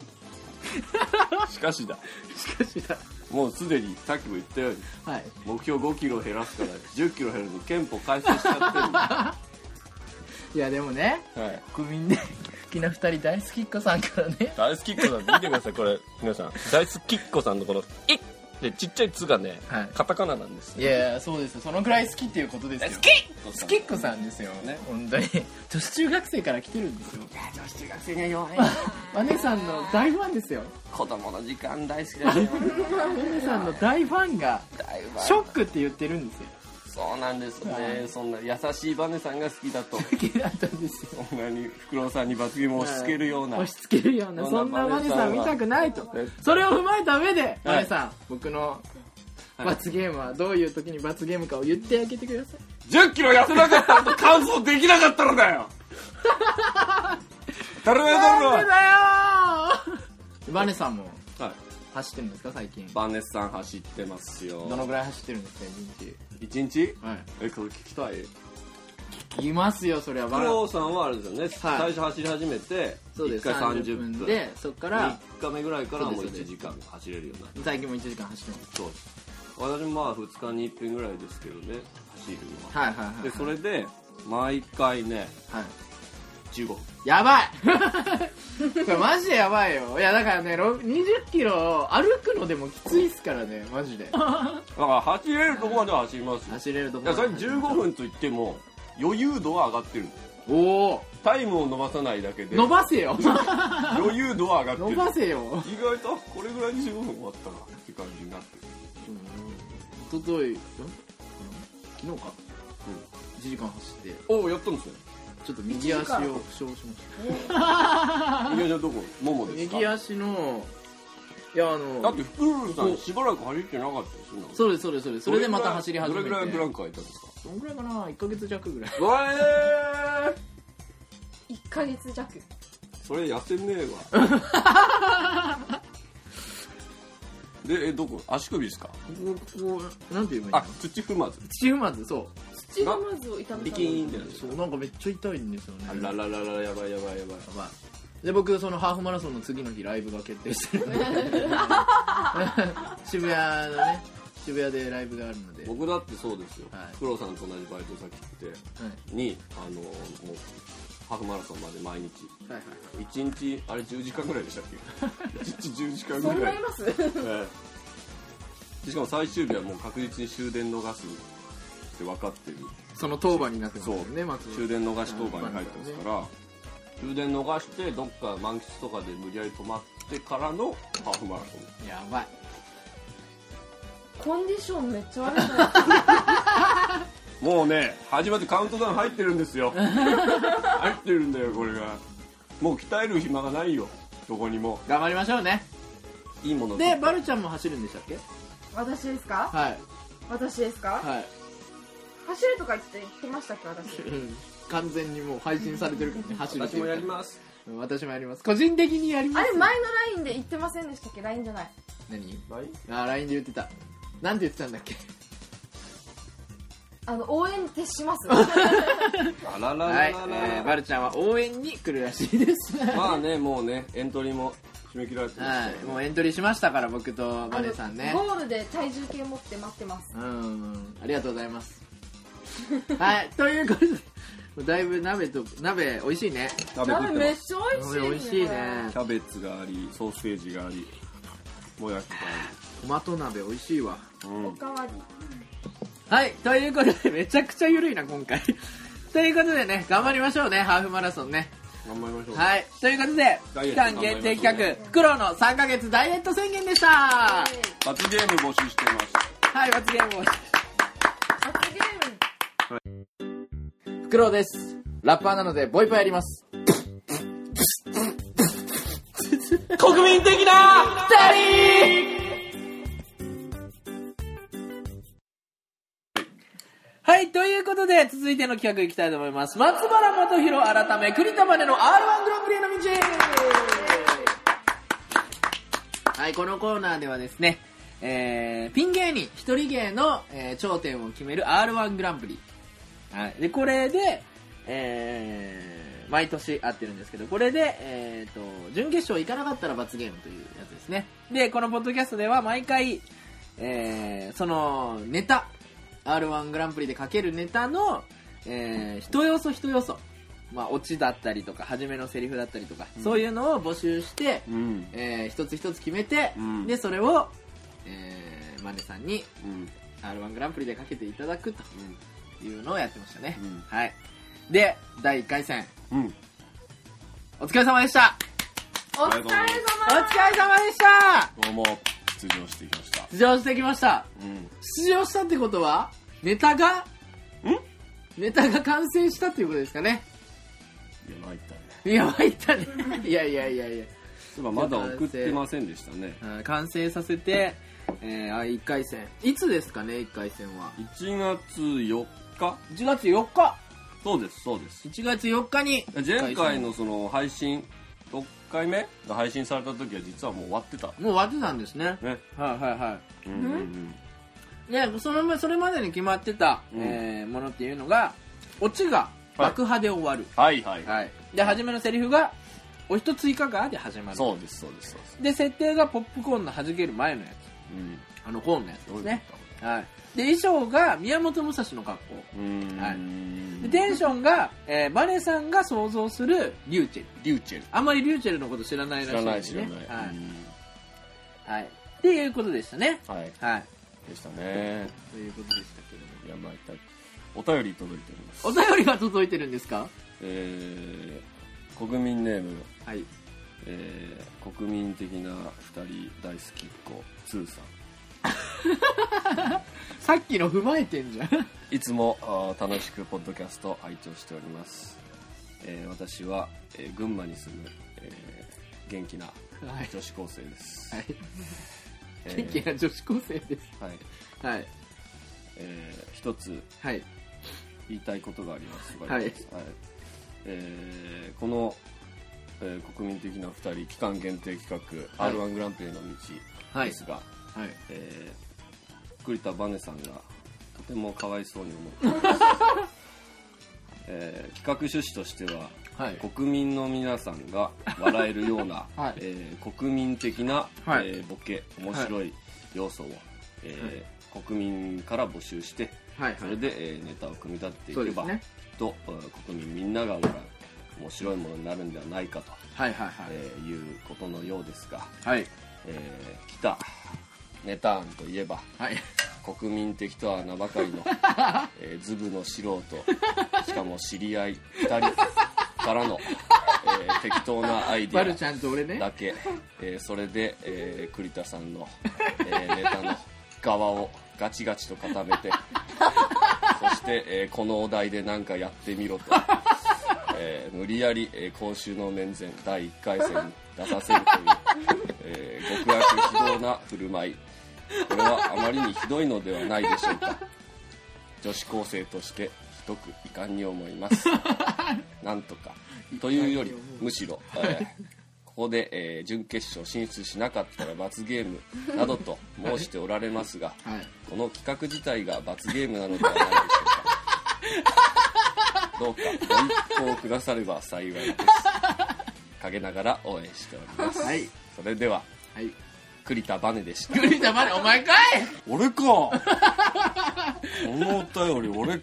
S2: しかしだ
S1: しかしだ
S2: もうすでにさっきも言ったように
S1: はい
S2: 目標5キロ減らすから1 0キロ減るの憲法改正しちゃ
S1: いやでもね
S2: ってるはい
S1: 国民ね好きな2人大好きっ子さんからね
S4: 大好きっ子さん見てくださいこれ皆さん大好きっ子さんのこの「い」でちっちゃい「つ」がね、
S1: はい
S4: カタカナなんです
S1: いやいやそうですよそのくらい好きっていうことですよ好き好きっ子さんですよね本当に女子中学生から来てるんですよ
S2: 女子中学生には弱い
S1: マネさんの大ファンですよ
S2: 子供の時間大好 きだよ
S1: マネさんの大ファンが
S2: だいぶ
S1: ショックって言ってるんですよ
S2: そうなんですよねそんな優しいバネさんが好きだと
S1: 好きだったんですよ
S2: そんなにフクロウさんに罰ゲームを押し付けるような
S1: 押し付けるようなそ
S2: そ
S1: ん
S2: ん
S1: な
S2: な
S1: マ
S2: マ
S1: ネ
S2: ネ
S1: さ
S2: さ
S1: ん
S2: んは
S1: 見たくないとそれを踏まえた上でマネさん僕の
S2: い
S1: 罰ゲームはどういう時に罰ゲームかを言ってあげてください
S2: 1 0キロ痩せなかったらと完走できなかったらだよ当たり前だろ
S1: なんでだよー マネさんも
S2: はい
S1: 走ってるんですか最近
S2: バネさん走ってますよ
S1: どのぐらい走ってるんですか一日
S2: 一日
S1: はい
S2: えこれ聞きたい
S1: いますよそれは
S2: フ
S1: バ
S2: ク
S1: ラ
S2: ロウさんはあれですよね、最初走り始めて
S1: そうで
S2: 1
S1: す
S2: 回30
S1: 30
S2: 分
S1: 分でそっから
S2: 3日目ぐらいからもう
S1: そうです
S2: 1時間走れるようになって
S1: 最近も1時間走ってます
S2: そうです私もまあ2日に1分ぐらいですけどね走るのは、
S1: はいはいはい
S2: でそれで毎回ね
S1: はい
S2: 15分
S1: やばい これマジでやばいよいやだからねろ20キロ歩くのでもきついっすからねマジ で
S2: だから走れるとこまでは走りますよ
S1: 走れると
S2: い
S1: こ
S2: やそれ15分といっても余裕度は上がってる
S1: おお
S2: タイムを伸ばさないだけで
S1: 伸ばせ よ
S2: 余裕度は上がって
S1: 伸
S2: る
S1: ばせよ
S2: 意外とあこれぐらいで15分終わったなって感じになってる
S1: 一昨日ん昨日か1時間走って
S2: おおやったん ですね
S1: ちょっと右足を負傷しました
S2: 右足はどこももですか
S1: 右足のいやあの
S2: だってフクロウさ
S1: こうん
S2: しばらく走ってなかったですよ
S1: そうですそうですそうですそれでまた走り始めて
S2: どれぐらいブランク空いたんですか
S1: どんぐらいかな1ヶ月弱ぐらい
S2: わえ
S3: 1ヶ月弱
S2: ー、それ痩せね えわでえどこ足首ですか
S1: こここうなんて言えばいい
S2: あ
S1: の
S2: 土踏まず
S1: 土踏まずそ
S3: 土踏まずを痛め
S2: ビ
S3: た
S2: キーンってな
S1: う
S2: る
S1: そうなんかめっちゃ痛いんですよね
S2: あららららやばいやばいやばい
S1: やばいで僕そのハーフマラソンの次の日ライブが決定して るんで渋谷のね渋谷でライブがあるので、はい、
S2: 僕だってそうですよ、
S1: はい
S2: フクロウさんと同じバイト先ってにあのもうハーフマラソンまで毎日
S1: はいはい
S2: 1日あれ10時間ぐらいでしたっけ1日10時間
S3: そん
S2: ぐら
S3: ないいます
S2: えしかも最終日はもう確実に終電逃すって分かってる
S1: その当番になってます
S2: そ
S1: よ
S2: う
S1: ね松
S2: 終電逃し当番に入ってますから終電逃してどっか満喫とかで無理やり止まってからのハーフマラソン
S1: やばい
S3: コンディションめっちゃ悪いじゃないですか
S2: もうね始まってカウントダウン入ってる んですよ入ってるんだよこれがもう鍛える暇がないよどこにも
S1: 頑張りましょうね
S2: いいもの
S1: でバルちゃんも走るんでしたっけ
S3: 私ですか
S1: はい
S3: 私ですか、
S1: はい、
S3: 走るとか言って言ってましたっけ私
S1: うん、完全にもう配信されてるからね走るってい
S2: 私
S1: う
S2: も
S1: か
S2: やります
S1: うん私もやります個人的にやりま
S3: あ
S1: す
S3: れ前のラインで言ってませんでしたっけラインじゃない
S1: 何
S2: はい
S1: あ LINE で言ってたなんて言ってたんだっけ
S3: あの応援ってします
S2: あらら
S1: は
S2: ら
S1: い、
S2: ら
S1: えー、
S2: ら、
S1: バルちゃんは応援に来るらしい です
S2: まあねもうねエントリーも締め切られてます
S1: はい、
S2: から
S1: もう
S2: ね
S1: エントリーしましたから僕とマネさんね
S3: あのゴールで体重計持って待ってます
S1: うんありがとうございますはい ということでもうだいぶ鍋と鍋美味しいね
S2: 食べ食
S3: 鍋
S2: って
S3: め
S2: ま
S3: っ
S2: す
S3: ち
S1: 鍋
S3: ゃ美味しい
S1: 美味しいね
S2: キャベツがありソーセージがありもやしが
S1: トマト鍋美味しいわ
S2: あり、う
S3: お
S2: ん、
S3: かわり
S1: はいということでめちゃくちゃ緩いな今回 ということでね頑張りましょうねハーフマラソンね
S2: 頑張りましょう
S1: はいということで
S2: ダイエ
S1: 期間
S2: ット頑張りましょう
S1: 限定企画フクロウの3ヶ月ダイエット宣言でしたは
S3: え
S2: 罰ゲーム募集してます
S1: い罰ゲームを
S3: ー罰ゲーム
S1: フクロウですラッパーなのでボイパやります
S2: 国民的な
S1: ダリーはい、ということで、続いての企画いきたいと思います。松原元弘改め、栗田までの R1 グランプリへの道はい、このコーナーではですね、えー、ピン芸人、一人芸の、えー頂点を決める R1 グランプリ。はい、で、これで、えー、毎年会ってるんですけど、これで、えー、と、準決勝行かなかったら罰ゲームというやつですね。で、このポッドキャストでは毎回、えー、その、ネタ、R1 グランプリでかけるネタの、えー、一要素一要素、まあ、オチだったりとか、初めのセリフだったりとか、そういうのを募集して、
S2: うん
S1: えー、一つ一つ決めて、
S2: うん
S1: で、それを、えー、マネさんに
S2: うん、
S1: R1 グランプリでかけていただくと。いうのをやってましたね、
S2: うん
S1: はいで第1回戦
S2: うんうん、
S1: お疲れ様でした
S3: お疲れ様
S1: お疲れ様でした
S2: どうも出場してきました
S1: 出場してきました
S2: うん
S1: 出場したってことはネタがネタが完成したっていうことですかね
S2: いや参ったね
S1: いや入ったね いやいやいやいや
S2: そういえばまだ送ってませんでしたね
S1: あー完成させて、えー、あ1回戦いつですかね1回戦は
S2: 1月4日
S1: 1月4日
S2: そうですそうです
S1: 1月4日に
S2: 前回のその配信6回目が配信された時は実はもう終わってた
S1: もう終わってたんですね
S2: ね
S1: はいはいはい
S2: うんうんうん
S1: ね、そのまそれまでに決まってた、
S2: うん
S1: えーものっていうのがオチが爆破で終わる、
S2: はいはい、
S1: はいで初めのセリフが「お一ついかが?」で始まる
S2: そうですそうですそうです
S1: で設定がポップコーンの弾ける前のや
S2: うん
S1: つあのコーンのやつですね
S2: どうい
S1: はいで衣装が宮本武蔵の格好
S2: うん
S1: はいで
S2: い
S1: テンションが、えーマネさんが想像するリューチェル
S2: リューチェル
S1: あんまりリューチェルのこと知らない
S2: 知
S1: らしい
S2: ら
S1: ん
S2: な
S1: で
S2: い
S1: す
S2: 知
S1: ね
S2: らない、
S1: は
S2: う
S1: い、
S2: ん
S1: はい、っていうことでしたね
S2: はい
S1: はい
S2: でしたね
S1: ということでしたけれども
S2: いや参ったお便り届いております
S1: お便りが届いてるんですか
S2: えー、国民ネーム
S1: はい
S2: えー国民的な2人大好きっ子ツーさん
S1: さっきの踏まえてんじゃん。
S2: いつもあー楽しくポッドキャスト拝聴しております、えー私は、えー群馬に住む、えー元気な
S1: はい
S2: 女子高生です、
S1: はい。
S2: えー
S1: 元気な女子高生です。
S2: はい
S1: はい。
S2: えー一つ
S1: はい。
S2: 言いたいことがあります
S1: はい
S2: えーこの、えー国民的な2人期間限定企画、
S1: はい
S2: r 1グランプリへの道
S1: はい
S2: ですが、
S1: はい。
S2: えー栗田バネさんがとてもかわいそうに思っています、えー企画趣旨としては、
S1: はい
S2: 国民の皆さんが笑えるような、
S1: はい
S2: えー国民的な、
S1: はい
S2: えーボケ面白い要素を、えー国民から募集して
S1: はい。
S2: それで、えーネタを組み立ててい
S1: そう
S2: け
S1: です
S2: ば、
S1: ね。
S2: きっとえー国民みんなが笑う面白いものになるんではないかと、
S1: はいはいはい。
S2: えーいうことのようですが、
S1: はい。
S2: えー、来たネタ案といえば
S1: はい。
S2: 国民的とは名ばかり の、えーズブの素人しかも知り合い2人からの、えー適当なアイデ
S1: バルち
S2: ィ
S1: ゃんと俺
S2: ア
S1: ね
S2: だ。け、えーそれで、えー栗田さんの、えーネタの側をガチガチと固めてそして、えーこのお題で何かやってみろと、えー無理やり、えー今週の面前第1回戦に出させるという、えー極悪非道な振る舞いこれはあまりにひどいのではないでしょうか女子高生としてひどく遺憾に思いますなんとかというよりむしろ、えーここで、えー準決勝進出しなかったら罰ゲームなどと申しておられます が、
S1: はい。
S2: この企画自体が罰ゲームなのではないでしょうかどうかご一報くだされば幸いです陰ながら応援しております
S1: はい。
S2: それでは
S1: はい。
S2: 栗田バネでした
S1: 栗田まで、お前かい
S2: 俺かこのお便り俺か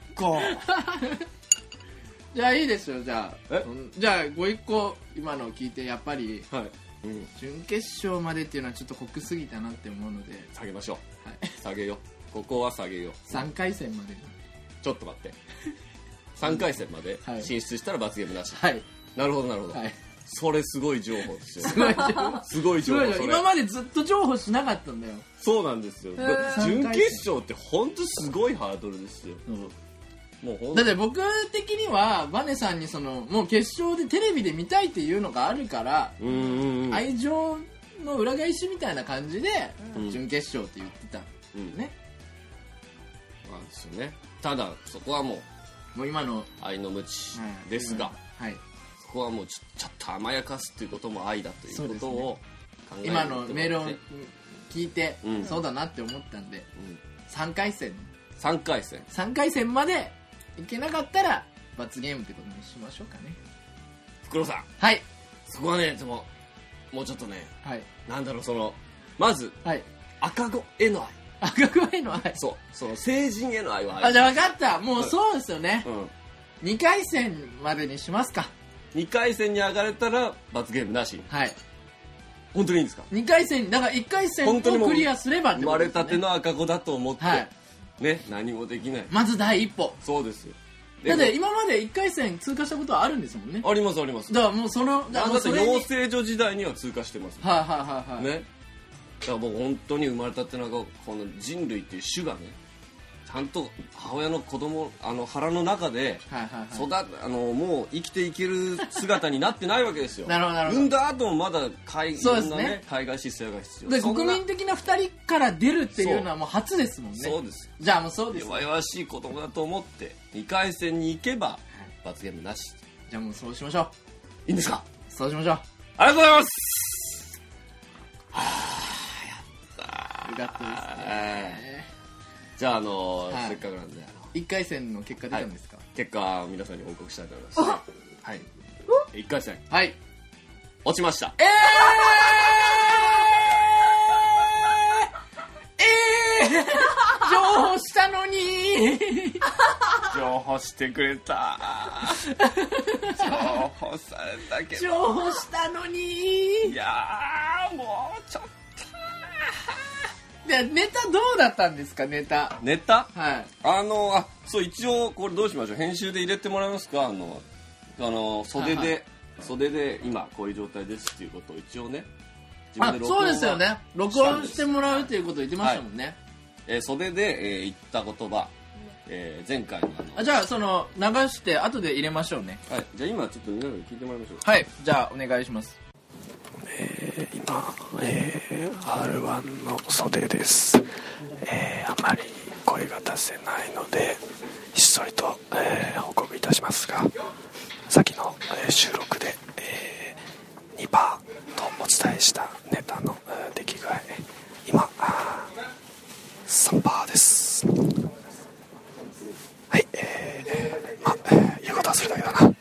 S1: じゃあいいですよ、じゃあ。
S2: え
S1: うんじゃあ、ご一個、今のを聞いて、やっぱり、
S2: はい、うん、
S1: 準決勝までっていうのはちょっと酷すぎたなって思うので、
S2: 下げましょう
S1: はい。
S2: 下げようここは下げよう
S1: 3回戦まで。
S2: ちょっと待って3回戦まで
S1: はい
S2: 進出したら罰ゲームなし、
S1: はい。
S2: なるほどなるほど、
S1: はい。
S2: それすごい情報ですよ
S1: すご い情報
S2: すごい
S1: す
S2: 情
S1: ご
S2: 報
S1: い情
S2: そ
S1: 報
S2: れ
S1: 今までずっと譲歩しなかったんだよ。
S2: そうなんですよ
S1: ー
S2: 準決勝って本当すごいハードルですよもうほん
S1: だって僕的にはバネさんにそのもう決勝でテレビで見たいっていうのがあるから、
S2: うんうんうん
S1: 愛情の裏返しみたいな感じで、準決勝って言ってた
S2: うん
S1: ね
S2: なんですよねただそこはもう
S1: もう今の、
S2: 愛の無知ですが、
S1: はい、
S2: そこはもうちょちょっと甘やかすということも愛だということを考える
S1: 今のメールを
S2: うん、
S1: 聞いて、
S2: うん
S1: そうだなって思ったんで3回戦
S2: 3回戦
S1: 3回戦までいけなかったら罰ゲームってことにしましょうかね
S2: 袋さん
S1: はい
S2: そこはねでももうちょっとね
S1: はい
S2: なんだろうそのまず
S1: はい
S2: 赤子への愛
S1: 赤くないのはい
S2: そうその成人への愛は
S1: あ
S2: 愛
S1: じゃあ分かったもうそうですよね、
S2: うん
S1: 2回戦までにしますか
S2: 2回戦に上がれたら罰ゲームなし
S1: はい
S2: 本当にいいんですか
S1: 2回戦だから1回戦を
S2: 本当にもう
S1: クリアすればって
S2: 生
S1: こ
S2: ま
S1: と
S2: れ
S1: ですね
S2: たての赤子だと思って、
S1: はい
S2: ね何もできない
S1: まず第一歩
S2: そうですよ
S1: だって
S2: で
S1: 今まで1回戦通過したことはあるんですもんね
S2: もありますあります
S1: だからもうそのだ
S2: だ
S1: から
S2: っ
S1: もう
S2: て
S1: それに
S2: 養成所時代には通過してます、
S1: はいはいはいはい、
S2: ねだから僕本当に生まれたってなんかこの人類っていう種がねちゃんと母親の子供あの腹の中で
S1: はいはいはい
S2: 育っあのもう生きていける姿になってないわけですよ
S1: なるほどなるほど
S2: 産んだ後もまだ海,、
S1: そうですね
S2: いろんなね、海外失勢が必要
S1: で
S2: そんな
S1: 国民的な2人から出るっていうのはもう初ですもんね
S2: そうです
S1: じゃあもうそうです
S2: 弱々しい子供だと思って2回戦に行けば罰ゲームなし
S1: じゃあもうそうしましょう
S2: いいんですか
S1: そうしましょう
S2: ありがとうございます
S1: よかったです
S2: え
S1: ね
S2: ーじゃあ、あのー
S1: はい
S2: せっかくなんで、あの
S1: 1回戦の結果出たんですか
S2: 結果、皆さんに報告したいと思います。はい。1回戦、
S1: はい、
S2: 落ちました。
S1: えー、えー、情報したのに
S2: 情報してくれた。 情報されたけ
S1: 情
S2: ど。
S1: 報したの
S2: い
S1: に
S2: やー、もうちょっ
S1: でネタどうだったんですかネタ
S2: と。ネタ
S1: はい
S2: あの、あ、そう、一応、これどうしましょう。編集で入れてもらえますかあの、あの、袖で、
S1: はいはい
S2: 袖で今、こういう状態ですっていうことを一応ね、自
S1: あ
S2: 分録音
S1: そう
S2: は
S1: ですよね録音してもらうということを言ってましたもんね、
S2: えー袖で、えー言った言葉、えー前回のあの
S1: あじゃあその流して後で入れましょうね
S2: はい、じゃあ今ちょっとみんなで聞いてもらいましょう
S1: はいじゃあお願いします
S5: 今、えー、R1 の袖です、えーあまり声が出せないのでひっそりと、えー報告いたしますが先の、えー収録で、えー、2パーとお伝えしたネタの、えー出来具合今あー3パーですはいえーまあ、えー言うことはするだけだな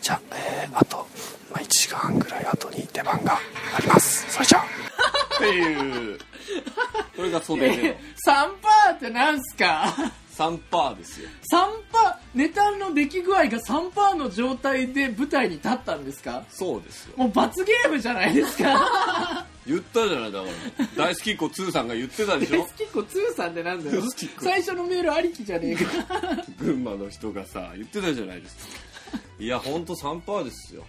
S5: じゃあ、えーあと、まあ、1時間半ぐらい後に出番がありますそれじゃあ
S2: っていうこれが袖での
S1: 3パーってなんすか
S2: 3パーですよ
S1: 3パーネタの出来具合が3パーの状態で舞台に立ったんですか
S2: そうですよ
S1: もう罰ゲームじゃないですか
S2: 言ったじゃないだから大好きっ子2さんが言ってたで しょ
S1: 好きっ子通さんってなんだよ
S2: 好きっ子
S1: 最初のメールありきじゃねえ か
S2: 群馬の人がさ言ってたじゃないですかいやほんと3パーですよ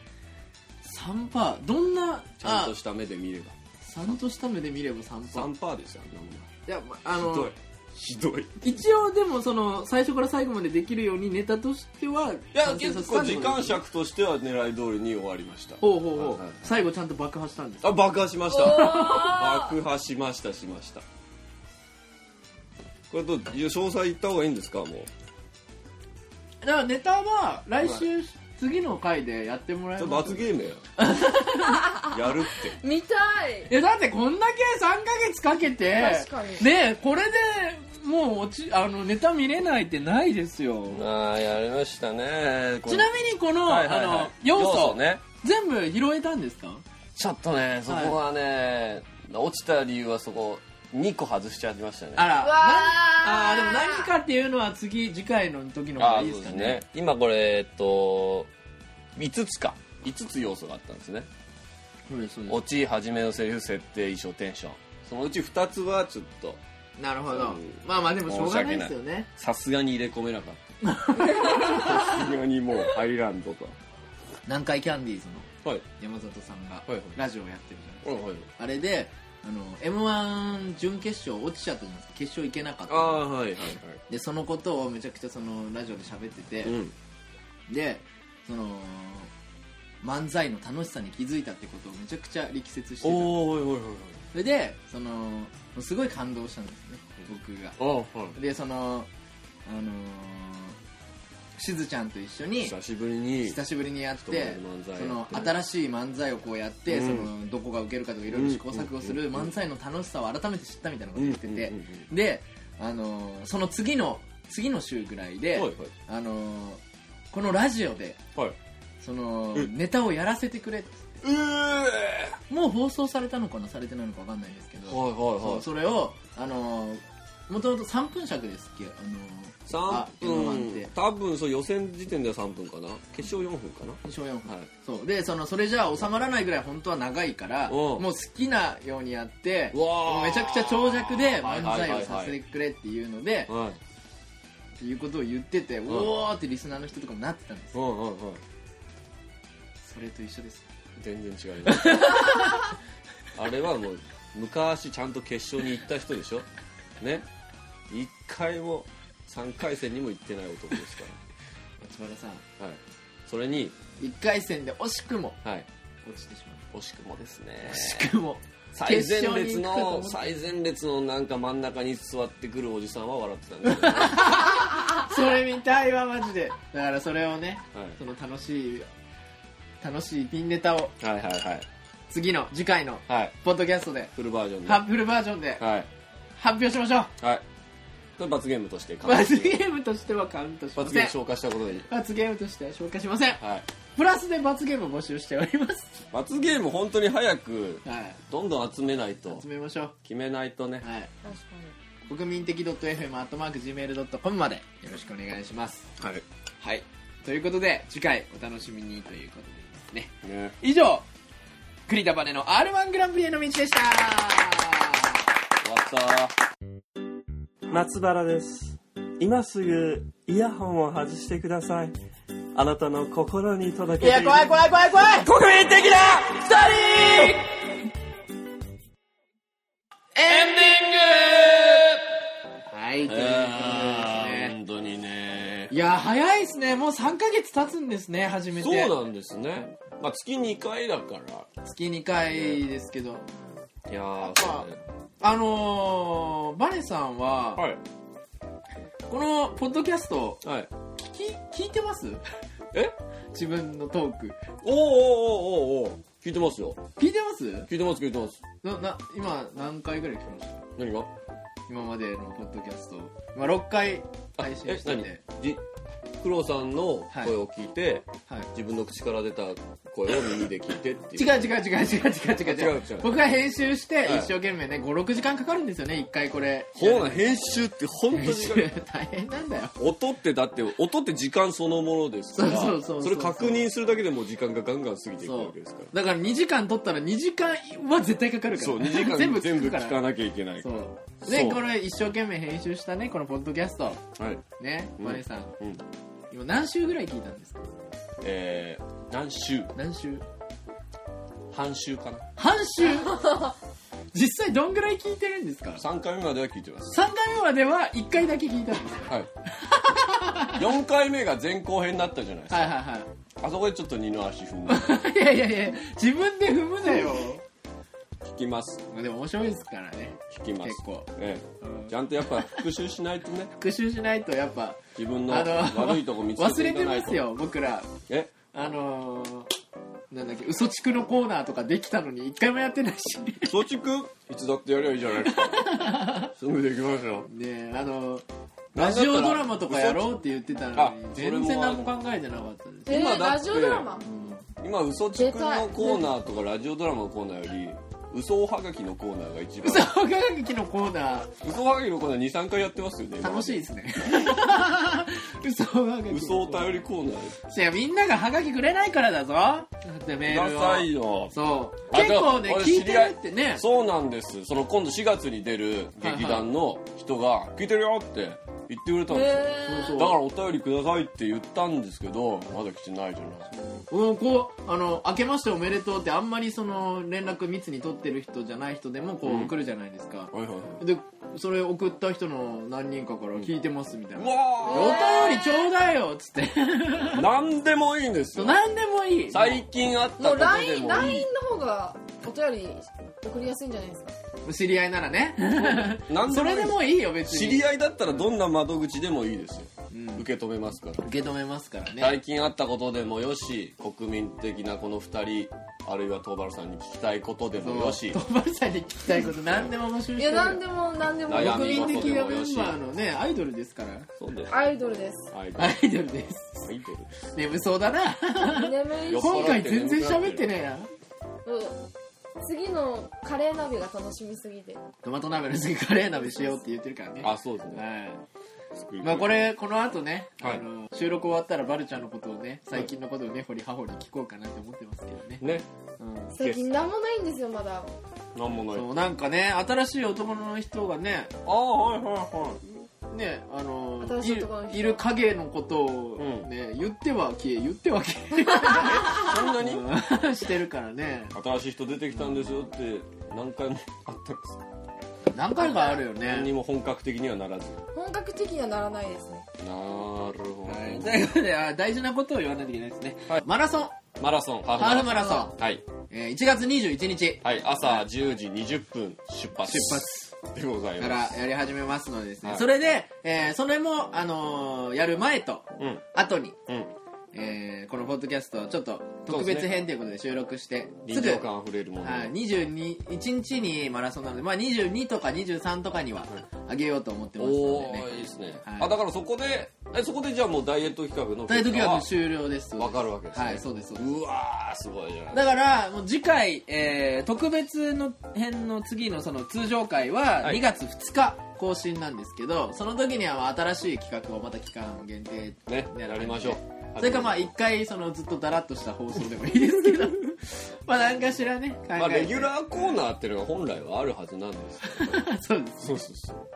S1: 3パーどんな
S2: ちゃんとした目で見れば
S1: ちゃんとした目で見れば3パー
S2: 3パーですよ
S1: いやまあ
S2: あんなもん
S1: の
S2: ひどいひどい
S1: 一応でもその最初から最後までできるようにネタとしてはい
S2: や
S1: 完成させ
S2: 結
S1: た
S2: 構
S1: の
S2: 時間尺としては狙い通りに終わりました
S1: ほうほうほう、
S2: はいはい
S1: 最後ちゃんと爆破したんです
S2: あ爆破しました爆破しましたしましたこれと詳細言った方がいいんですかもう
S1: だからネタは来週、次の回でやってもらえ
S2: ちょっと
S1: ます
S2: 罰ゲ ームややるって
S3: 見たい
S1: いやだってこんだけ3ヶ月かけて
S3: 確かに
S1: ねこれでもう落ちあのネタ見れないってないですよ
S2: ああやりましたね
S1: ちなみにこの,、
S2: はいはいはい
S1: あの要素
S2: ね
S1: 全部拾えたんですか
S2: ちょっとねそこはね、落ちた理由はそこ2個外しちゃいましたね
S1: あら
S3: うわー
S1: なあーでも何かっていうのは次次回の時の方がいいですかね
S2: 今これえっと5つか5つ要素があったんですね
S1: そうですそうで
S2: 落ち始めのセリフ設定衣装テンションそのうち2つはちょっと
S1: すなるほ
S2: う
S1: ど
S2: ん
S1: まあまあでもしょうがないですよね
S2: さすがに入れ込めなかったさすがにもう入らんとか
S1: 南海キャンディーズの
S2: はい
S1: 山里さんが
S2: いはい
S1: ラジオやってるじゃないですか
S2: はいはい
S1: あれであの m 1準決勝落ちちゃったじゃないですか決勝行けなかっ
S2: あ
S1: た
S2: あはいはい
S1: でそのことをめちゃくちゃそのラジオで喋ってて、
S2: はい、うん、
S1: でその漫才の楽しさに気づいたってことをめちゃくちゃ力説してたそ
S2: おおはいはいはいはい
S1: れでそのすごい感動したんですね僕が
S2: ああはい
S1: でそのあのしずちゃんと一緒に
S2: 久しぶりに
S1: 久しぶりにやっ
S2: 人前で
S1: て
S2: 漫才
S1: その
S2: やって
S1: 新しい漫才をこうやって、
S2: うん
S1: そのどこがウケるかとかいろいろ試行錯誤する漫才の楽しさを改めて知ったみたいなこと言ってて、
S2: うんうん
S1: で、あのーその次の次の週ぐらいで、
S2: はいはい
S1: あのーこのラジオで
S2: はい
S1: そのネタをやらせてくれって
S2: ええ
S1: もう放送されたのかなされてないのかわかんないんですけど、
S2: はいはい
S1: そ
S2: は
S1: う
S2: い
S1: それをあのもともと3分尺ですっけあのー、
S2: 3
S1: M1 って
S2: 分多分そう予選時点では3分かな決勝4分かな
S1: 小4分、
S2: はい
S1: そうでそのそれじゃ収まらないぐらい本当は長いから
S2: お
S1: もう
S2: う
S1: 好きなようにやって
S2: うわー
S1: もうめちゃくちゃ長尺で漫
S2: はいは
S1: 才
S2: いはいは
S1: を
S2: い
S1: させてくれっていうので
S2: はい
S1: っていうことを言ってておーってリスナーの人とかもなってたんです
S2: うんうんうん
S1: それと一緒です
S2: 全然違います あれはもう昔ちゃんと決勝に行った人でしょね一回も3回戦にも行ってない男ですか
S1: 松原さん
S2: らはいそれに
S1: 1回戦で惜しくも
S2: はい
S1: 落ちてしまう
S2: 惜しくもですね
S1: 惜しくも
S2: 最前列
S1: 決勝に行くかと思
S2: の
S1: った
S2: 最前列のなんか真ん中に座ってくるおじさんは笑ってたんですけど、ね、
S1: それ見たいわマジでだからそれをね、
S2: はい
S1: その楽しい楽しいピンネタを
S2: はいはいはい
S1: 次の次回の
S2: はい
S1: ポッドキャストで
S2: フルバージョンで
S1: ハ
S2: は
S1: ッフルバージョンで
S2: いはい
S1: 発表しましょう
S2: これ罰ゲームとして完
S1: 罰
S2: 結
S1: ゲームとしてはカウントしま
S2: 罰
S1: せ
S2: ゲー
S1: ん
S2: ム消化したことでいい
S1: 罰ゲームとしては消化しません
S2: はい
S1: プラスで罰ゲームを募集しております
S2: 罰ゲーム本当に早く
S1: はい
S2: どんどん集めないと
S1: 集めましょ
S2: 決めないとね
S1: うはい
S3: 確かに
S1: 国民的 .fm.gmail.com までよろしくお願いします
S2: はい
S1: はいということで次回お楽しみにということでですね
S2: ね
S1: 以上栗田バネの r 1グランプリへの道でした
S2: 終わった
S6: 松原です今すぐイヤホンを外してくださいあなたの心に届け
S1: い
S6: て
S1: や怖い怖い怖い怖い国民的な二人エンディングはいということでですね
S2: 本当にね
S1: いや早いですねもう3ヶ月経つんですね初めて
S2: そうなんですねまあ月2回だから
S1: 月2回ですけど
S2: いやー
S1: ぱ
S2: そうね
S1: あのー、バネさんは、
S2: はい
S1: このポッドキャスト
S2: はい
S1: 聞き聞いてます
S2: え
S1: 自分のトーク
S2: おーおーおーおーおー聞いてますよ
S1: 聞いてます
S2: 聞いてます聞いてます
S1: なな今何回ぐらい聞きました
S2: 何が
S1: 今までのポッドキャスト、まあ、6回配信
S2: え
S1: して
S2: 何
S1: て
S2: じフクロウさんの声を聞いて、
S1: はいはい
S2: 自分の口から出た声を耳で聞いてってい
S1: 違
S2: う
S1: う違う違う違う違う違う違
S2: 違
S1: う
S2: う違う
S1: 僕が編集して
S2: はい
S1: 一生懸命ね56時間かかるんですよね一回これ
S2: ほうなん編集って本当に
S1: 編
S2: 時
S1: 集
S2: 間
S1: 大変なんだよ
S2: 音ってだって音って時間そのものですから
S1: そうそうそうそう
S2: れ確認するだけでもう時間がガンガン過ぎていく
S1: そ
S2: わ
S1: う
S2: けですから
S1: だから2時間撮ったら2時間は絶対かかるから
S2: そう2時 間
S1: 全部
S2: 全部
S1: 聞くから
S2: 聞かなきゃいけない
S1: そう
S2: そ
S1: で
S2: う
S1: これ一生懸命編集したねこのポッドキャスト
S2: はい
S1: ね
S2: うん
S1: マネさん、
S2: うん
S1: 今何週ぐらい聞いたんですか
S2: えー、何週
S1: 何週
S2: 半週かな
S1: 半 週実際どんぐらい聞いてるんですか
S2: 3回目までは聞いてます
S1: 3回目までは1回だけ聞いたんですよ
S2: はい 4回目が前後編だったじゃないですか
S1: はいはいはい
S2: あそこでちょっと二の足踏 んで
S1: いやいやいや、自分で踏むなよ。
S2: 聞きます
S1: まあでも面白いですからね。
S2: 聞きます
S1: 結構。
S2: え
S1: うん
S2: え、ちゃんとやっぱ復習しないと ね
S1: 復習しないとやっぱ、
S2: 自分の
S1: あの、
S2: 悪いとこ見つ
S1: 忘
S2: けて
S1: れ
S2: い
S1: て
S2: かな
S1: ま
S2: いと
S1: すよ、僕ら。
S2: え
S1: あのー、なんだっけ、嘘地区のコーナーとかできたのに一回もやってない し。ね
S2: 松竹いつだってやりゃいいじ ゃないですかすぐできますよ
S1: え、あのー、
S2: な
S1: ラ
S2: んだったら
S1: ジオドラマとかやろうって言ってたのに
S2: あ、それも
S1: 全然何も考えてなかったです。
S3: え
S2: 今だっ
S3: ー、
S2: て
S3: ラジオドラマ
S2: 今嘘つくのコーナーとかラジオドラマのコーナーより嘘おはがきのコーナーが一番
S1: 嘘科学機のコーナー、
S2: 嘘おはがきのコーナー23回やってますよね今
S1: 楽しいです ね。嘘科学機。
S2: 嘘お便りコーナーです
S1: いや、みんながハガキくれないからだぞ。だってメ
S2: く
S1: ー
S2: だ
S1: ルを。
S2: さいよ
S1: そう。
S2: あ
S1: 結構ね
S2: でも、俺
S1: 聞いてるってね。
S2: そうなんですその今度4月に出る劇団の人が「聞いてるよ」って言ってくれたんですよ、
S3: え
S1: そう
S2: だからお便りくださいって言ったんですけどまだ来てないじゃないですか
S1: うん、こう、あの、明けましておめでとうって、あんまりその、連絡密に取ってる人じゃない人でも、こう、送るじゃないですか。
S2: はいはいはい
S1: で、それ送った人の何人かから聞いてますみたいな。
S2: う
S1: お
S2: わ
S1: 便りちょうだいよっつって。
S2: ー何でもいいんです
S1: そう
S2: よ
S1: 何でもいい。
S2: 最近あった
S3: ー、も
S2: こと
S3: う
S2: でもい
S3: LINE
S2: い
S3: LINE の方がお便り送りやすいんじゃないですか
S1: 知り合いなら ね。
S2: 何
S1: それで
S2: いい
S1: もいいよ、別に。
S2: 知り合いだったらどんな窓口でもいいですよ、
S1: うん
S2: 受け止めますから、
S1: 受け止めますからね。
S2: 最近あったことでもよし国民的なこの2人あるいは東原さんに聞きたいことで
S1: そう
S2: もよし
S1: トバルさんに聞きたいこと、何でも募集してる。
S3: いや何でも何でも
S2: 悩
S1: 国
S2: み
S1: 民
S2: 事
S1: 的
S2: で
S1: な
S2: も
S1: メ
S2: よ
S1: ン
S2: し
S1: バーのね、アイドルですから。
S2: そうです
S3: アイドルで す
S2: アイドル
S1: アイドルです。
S2: アイドルです
S1: 眠そうだな。
S3: 眠い
S2: よ
S3: し
S2: っ
S1: 今回全然喋ってねえな。
S3: うん次のカレー鍋が楽しみすぎて
S1: トマト鍋の次カレー鍋しようって言ってるからね。
S2: あそうですね
S1: はい。まあこれ、この後ね、
S2: は
S1: あ
S2: い
S1: の、収録終わったらバルちゃんのことをね、最近のことをね、掘り葉掘り聞こうかなって思ってますけどね。
S2: ね
S1: うん。
S3: 最近何もないんですよまだ
S2: なんもない
S1: そう、なんかね、新しい男の人がね、
S2: ああはいはいは
S1: ね、あの、
S3: 新しい男の
S1: い
S3: 人
S1: いる影のことを
S2: うん
S1: ね、言っては消え、言っては消
S2: いそんなに
S1: え、 うんしてるからね。
S2: 新しい人出てきたんですよって何回もあったんです
S1: 何回かあるよ
S2: 何に
S1: ね。
S2: も本格的にはならず
S3: 本格的にはならないですね
S2: なるほど、
S1: はいということで、あ大事なことを言わないといけないですね。
S2: はい
S1: マラソン、
S2: マラソンハーフ
S1: ハーフマラソン。
S2: はい
S1: えー1月21日
S2: はい、朝10時20分出発
S1: 出発
S2: でござい
S1: か
S2: ま
S1: ら
S2: す。
S1: やり始めますのでですね、
S2: はい
S1: それで、えーそれも、あのーやる前と
S2: うん、
S1: 後に、
S2: うん。
S1: えーこのポッドキャストをちょっと特別編ということで収録して、す
S2: 臨
S1: ぐ、
S2: 場感あふれるもの。
S1: はい、22 1日にマラソンなので、まあ、22とか23とかにはあげようと思ってますの
S2: お
S1: でね
S2: ー、いいですね。
S1: はい
S2: あ、だからそこで、え、そこでじゃあもうダイエット企画の
S1: 大
S2: 結
S1: 体時
S2: 果は
S1: は終了です
S2: わかるわけですね
S1: はいそうですそうです
S2: うわー、すごいじゃない。
S1: だからもう次回、えー特別の編の次のその通常回は
S2: はい
S1: 2月2日更新なんですけど、その時にはまあ新しい企画をまた期間限定
S2: ね、
S1: ね
S2: やりましょう。
S1: それかまあ一回そのずっとだらっとした放送でもいいですけ どまあ何かしらね考えて、
S2: まあ、レギュラーコーナーっていうのが本来はあるはずなんですけど
S1: そうです
S2: そうそうそう。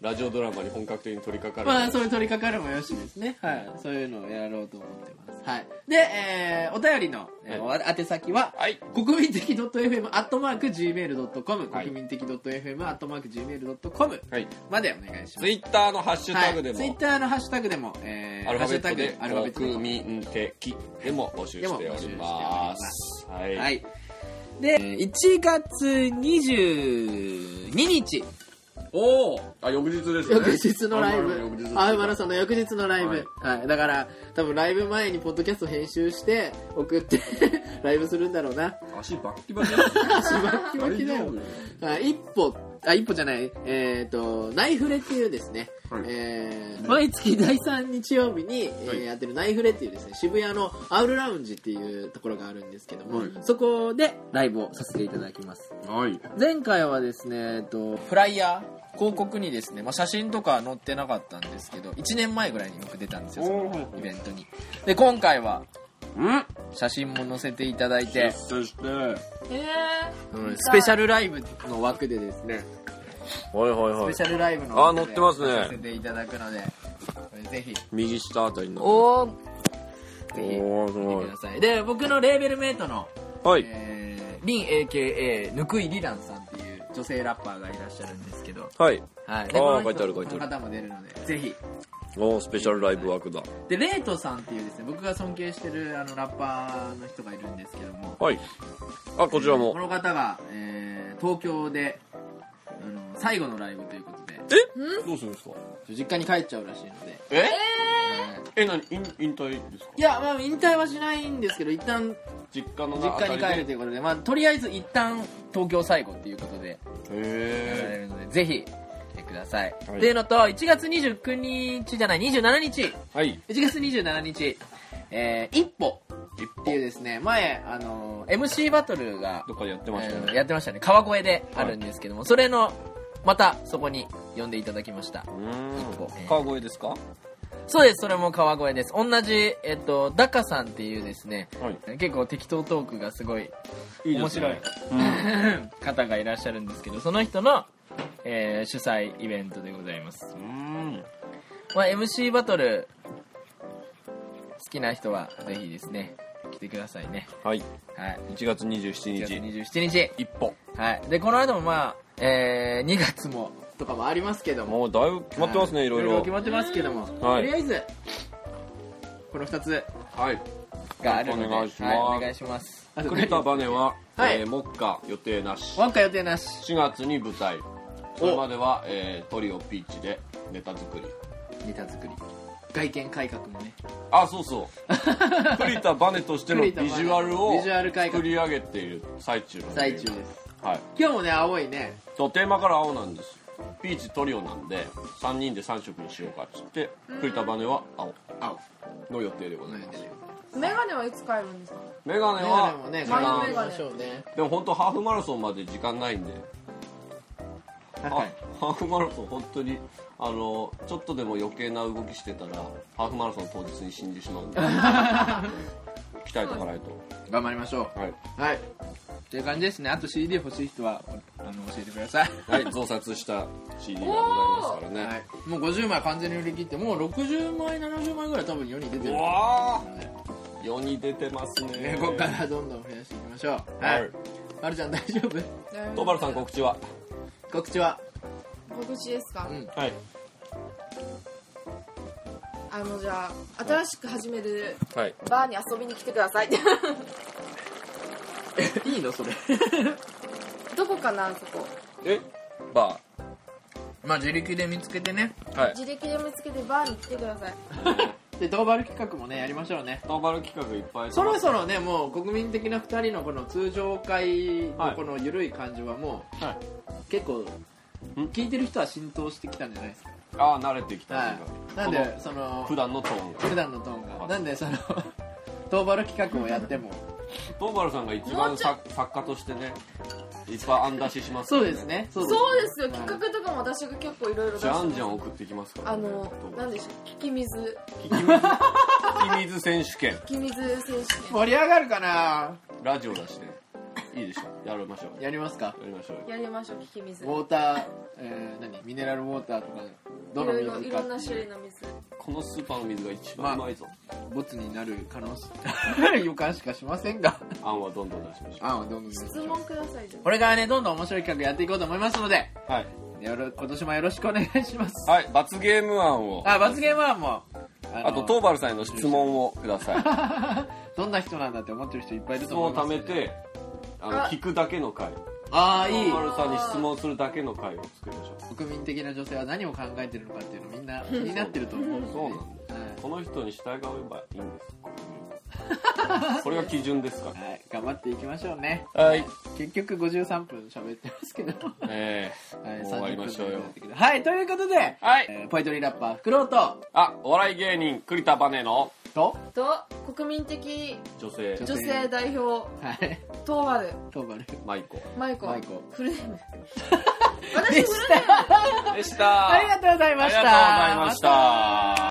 S2: ラジオドラマに本格的に取り掛か
S1: まあ
S2: る。
S1: そういう取り掛かるもよしですねはいそういうのをやろうと思ってますはいで、えーお便りの、えーお宛先は、
S2: はい。
S1: 国民的 .fm アットマーク gmail.com
S2: はい
S1: 国民的 .fm アットマーク gmail.com
S2: はい。
S1: までお願いしま
S2: ツ
S1: す
S2: イッターのハッシュタグで
S1: ツイッ
S2: も、
S1: ターのハッシュタグでも、えー
S2: アルファベット
S1: ハッシュタグアルファベ
S2: で
S1: ッ、トで
S2: 国
S1: も
S2: 民的でも募集しております。はい
S1: はい。で、1月22日、
S2: おおあ翌日ですね
S1: 翌日のライブ、ア
S2: あ
S1: ーマラソンの翌日のライブ、はい。だから、多分ライブ前にポッドキャスト編集して、送って、 ライブするんだろうな。
S2: 足バッキバキ
S1: バッキバキだよ。はい一歩あ、一歩じゃない、えっ、と、ナイフレっていうですね、
S2: はい
S1: えー毎月第3日曜日に、えー
S2: はい
S1: やってるナイフレっていうですね、渋谷のアウルラウンジっていうところがあるんですけども、
S2: はい
S1: そこでライブをさせていただきます。
S2: はい。
S1: 前回はですね、えっと、フライヤー、広告にですね、まあ、写真とか載ってなかったんですけど、1年前ぐらいに僕出たんですよ、そ
S2: お
S1: の
S2: ー
S1: イベントに。で、今回は
S2: うん
S1: 写真も載せていただいて
S2: 出、世して、
S3: え
S1: うんスペシャルライブの枠でですね、
S4: はいはいは
S1: ス
S4: い
S1: ペシャルライブの
S4: あー載ってますね
S1: させていただくので、これぜひ、
S4: 右下あたりの
S1: おーぜひ、
S4: おーす
S1: 見
S4: ご
S1: て
S4: い
S1: ください。で、僕のレーベルメイトの、
S4: はい
S1: えー、リン AKA、ぬくいりらんさんっていう女性ラッパーがいらっしゃるんですけど、
S4: はい
S1: はい。
S4: あー
S1: この人
S4: 書いてある書いてある
S1: この方も出るので、ぜひ。
S4: おースペシャルライブ枠だ
S1: で、レイトさんっていうですね、僕が尊敬してるあのラッパーの人がいるんですけども、
S4: はいあこちら
S1: こ
S4: も
S1: の方が、えー、東京で、あの、最後のライブということで、
S2: どうするんですか
S1: 実家に帰っちゃうらしいので、
S2: ええ、なに、引引退ですか
S1: いや、まあ引退はしないんですけど、一旦
S2: 実家の
S1: 実家に帰るということで、まあ、とりあえず一旦東京最後っていうことで、やられ
S2: へ
S1: るので、ぜひ、来てください。
S2: はい
S1: っていうのと、1月29日じゃない、27日、
S2: え。はい。
S1: 1月27日、えー、一歩っていうですね、前、あのー MC バトルが
S2: ど、っかでやってましたよ
S1: えー
S2: ね。
S1: やってましたね、川越であるんですけども、それの、またそこに呼んでいただきました。一歩えー
S2: 川越ですか
S1: そうです、それも川越です。同じ、えっと、ダカさんっていうですね、
S2: はい。
S1: 結構適当トークがすごい
S2: い
S1: 面白い。 方がいらっしゃるんですけどその人の、えー主催イベントでございます、
S2: うん。
S1: まあ、MC バトル好きな人はぜひですね来てくださいね
S4: はい
S1: はい
S4: 1月
S1: 1
S4: 27
S1: 月
S4: 日
S1: 27日
S4: 一歩
S1: はいでこの後もまあ、え2月もとかもありますけども
S4: もうだいぶ決まってます
S1: は
S4: ねいろいろ
S1: 決まってますけども、
S4: はい
S1: とりあえずこの2つ
S2: はい。
S1: があるので
S4: お願いします
S1: はい、お願いしますあと
S2: 栗田バネは、
S1: はい
S2: えー、目下予定なし。
S1: ワンカ予定なし
S2: 4月に舞台。それまでは、えー、トリオピーチでネタ作り。
S1: ネタ作り外見改革もね
S2: あ、そう そう。栗田バネとしてのビジュアルを
S1: ビジュアル改革
S2: 作り上げている最中なんで。
S1: 最中です
S2: はい。
S1: 今日もね青いね
S2: そうテーマから青なんですよピーチトリオなんで3人で3色にしようかっつって栗田バネは青
S1: 青
S2: の予定でございます
S3: ー、メガネはいつ買えるんですか
S2: メガネ
S1: メガネ
S2: は
S1: もね
S2: 時間
S3: まあメガネ
S1: ょうね
S2: でも本当ハーフマラソンまで時間ないんで、
S1: 確か
S2: は
S1: に
S2: ハーフマラソン本当にあのちょっとでも余計な動きしてたらハーフマラソン当日に死んでし まうんで鍛えておかないと
S1: 頑張りましょ
S2: はい、
S1: うはいという感じですねあと CD 欲しい人はあの教えてください
S2: はい、増刷した CD がございますからね、
S1: はい、もう50枚完全に売り切ってもう60枚70枚ぐらい多分世に出てる
S2: うわー世に出てます
S1: ね
S2: ね
S1: ここからどんどん増やしていきましょうは、
S2: はいい
S1: まるちゃん大丈夫
S2: トバルさん告知は
S1: 告知は
S3: 告知ですか、
S1: うん
S2: はい
S3: あのじゃあ新しく始める
S4: はい
S3: バーに遊びに来てください
S1: いいの それ
S3: どこかなそこ
S4: えバ
S1: まあ自力で見つけてね
S4: ーはい
S3: 自力で見つけてバーに来てください
S1: でドーバル企画もねやりましょうね
S2: トーバル企画いっぱい
S1: そろそろねもう国民的な2人のこの通常会のこの緩い感じはもう、
S2: はい
S1: 結構
S2: ん
S1: 聞いてる人は浸透してきたんじゃないですか、
S2: ああ慣れてきた
S1: は
S2: と
S1: い、な
S2: いうか
S1: ん
S2: この
S1: でその
S2: 普段のトーンが
S1: 普段のトーンが
S2: はい
S1: なんでその トーバル企画をやっても
S2: トーバルさんが一番さ作家としてねいっぱい案出しします
S1: そ
S2: から
S1: う
S2: ね
S1: ですねそう
S3: そうですよ企画とかも私が結構いろいろ出し
S2: じゃ
S3: て
S2: ん
S3: ます
S2: じゃん送ってきますから
S3: あ
S2: ね
S3: の
S2: トーバ
S3: 何
S2: ル
S3: でしょう聞き水
S2: 聞き水選手権
S3: 聞き水選手権
S1: 盛り上がるかな
S2: ラジオ出していいでしょやりましょうや
S1: やりますか
S2: りましょう
S3: やりましょう聞き
S1: ウ
S3: 水い
S1: ォーター、えー、何ミネラルウォーターとかどの
S3: ろい
S1: 水
S3: ろい
S1: か
S3: ろんな種類の水
S2: このスーパーの水が一番うまいぞ、
S1: ボツになる可能性 予感しかしませんが
S2: 案はどんどん出しましょ
S1: あどんどん
S3: 質問くださいじゃあ
S1: これからねどんどん面白い企画やっていこうと思いますので
S2: うはい、
S1: よろ今年もよろしくお願いします
S2: はい、罰ゲーム案を
S1: あ罰ゲームはもうあの
S2: あとトーバルさんへの質問をください
S1: どんな人なんだって思ってる人いっぱいいる
S2: 質
S1: と思
S2: 問
S1: い
S2: を
S1: ま
S2: 貯
S1: す
S2: めてあの
S3: あ
S2: 聞くだけの回
S1: ああいい
S2: トーバルさんに質問するだけの回を作りましょう
S1: 国民的な女性は何を考えてるのか っていうのみんな気になってると思う
S2: そうなんです
S1: はい
S2: この人に従えばいいんですこれが基準ですか
S1: はい、頑張っていきましょうね。
S2: はい。
S1: 結局53分喋ってますけど。
S2: え
S1: は
S2: え
S1: い、
S2: もう終わりましょうよ
S1: 30分で。はい、ということで、
S2: はい
S1: えーポエトリーラッパー、フクロウと、
S2: あお笑い芸人栗田バネの
S1: と、
S3: と国民的
S2: 女性
S1: ちょ
S3: 女性代表
S1: はい、
S3: トーマル
S1: トーバル。
S2: マイコ
S3: マイコ
S1: マイコ
S3: フル ネーム
S1: で
S3: 私フルネーム
S1: した。ありがとうございました。
S2: ありがとうございました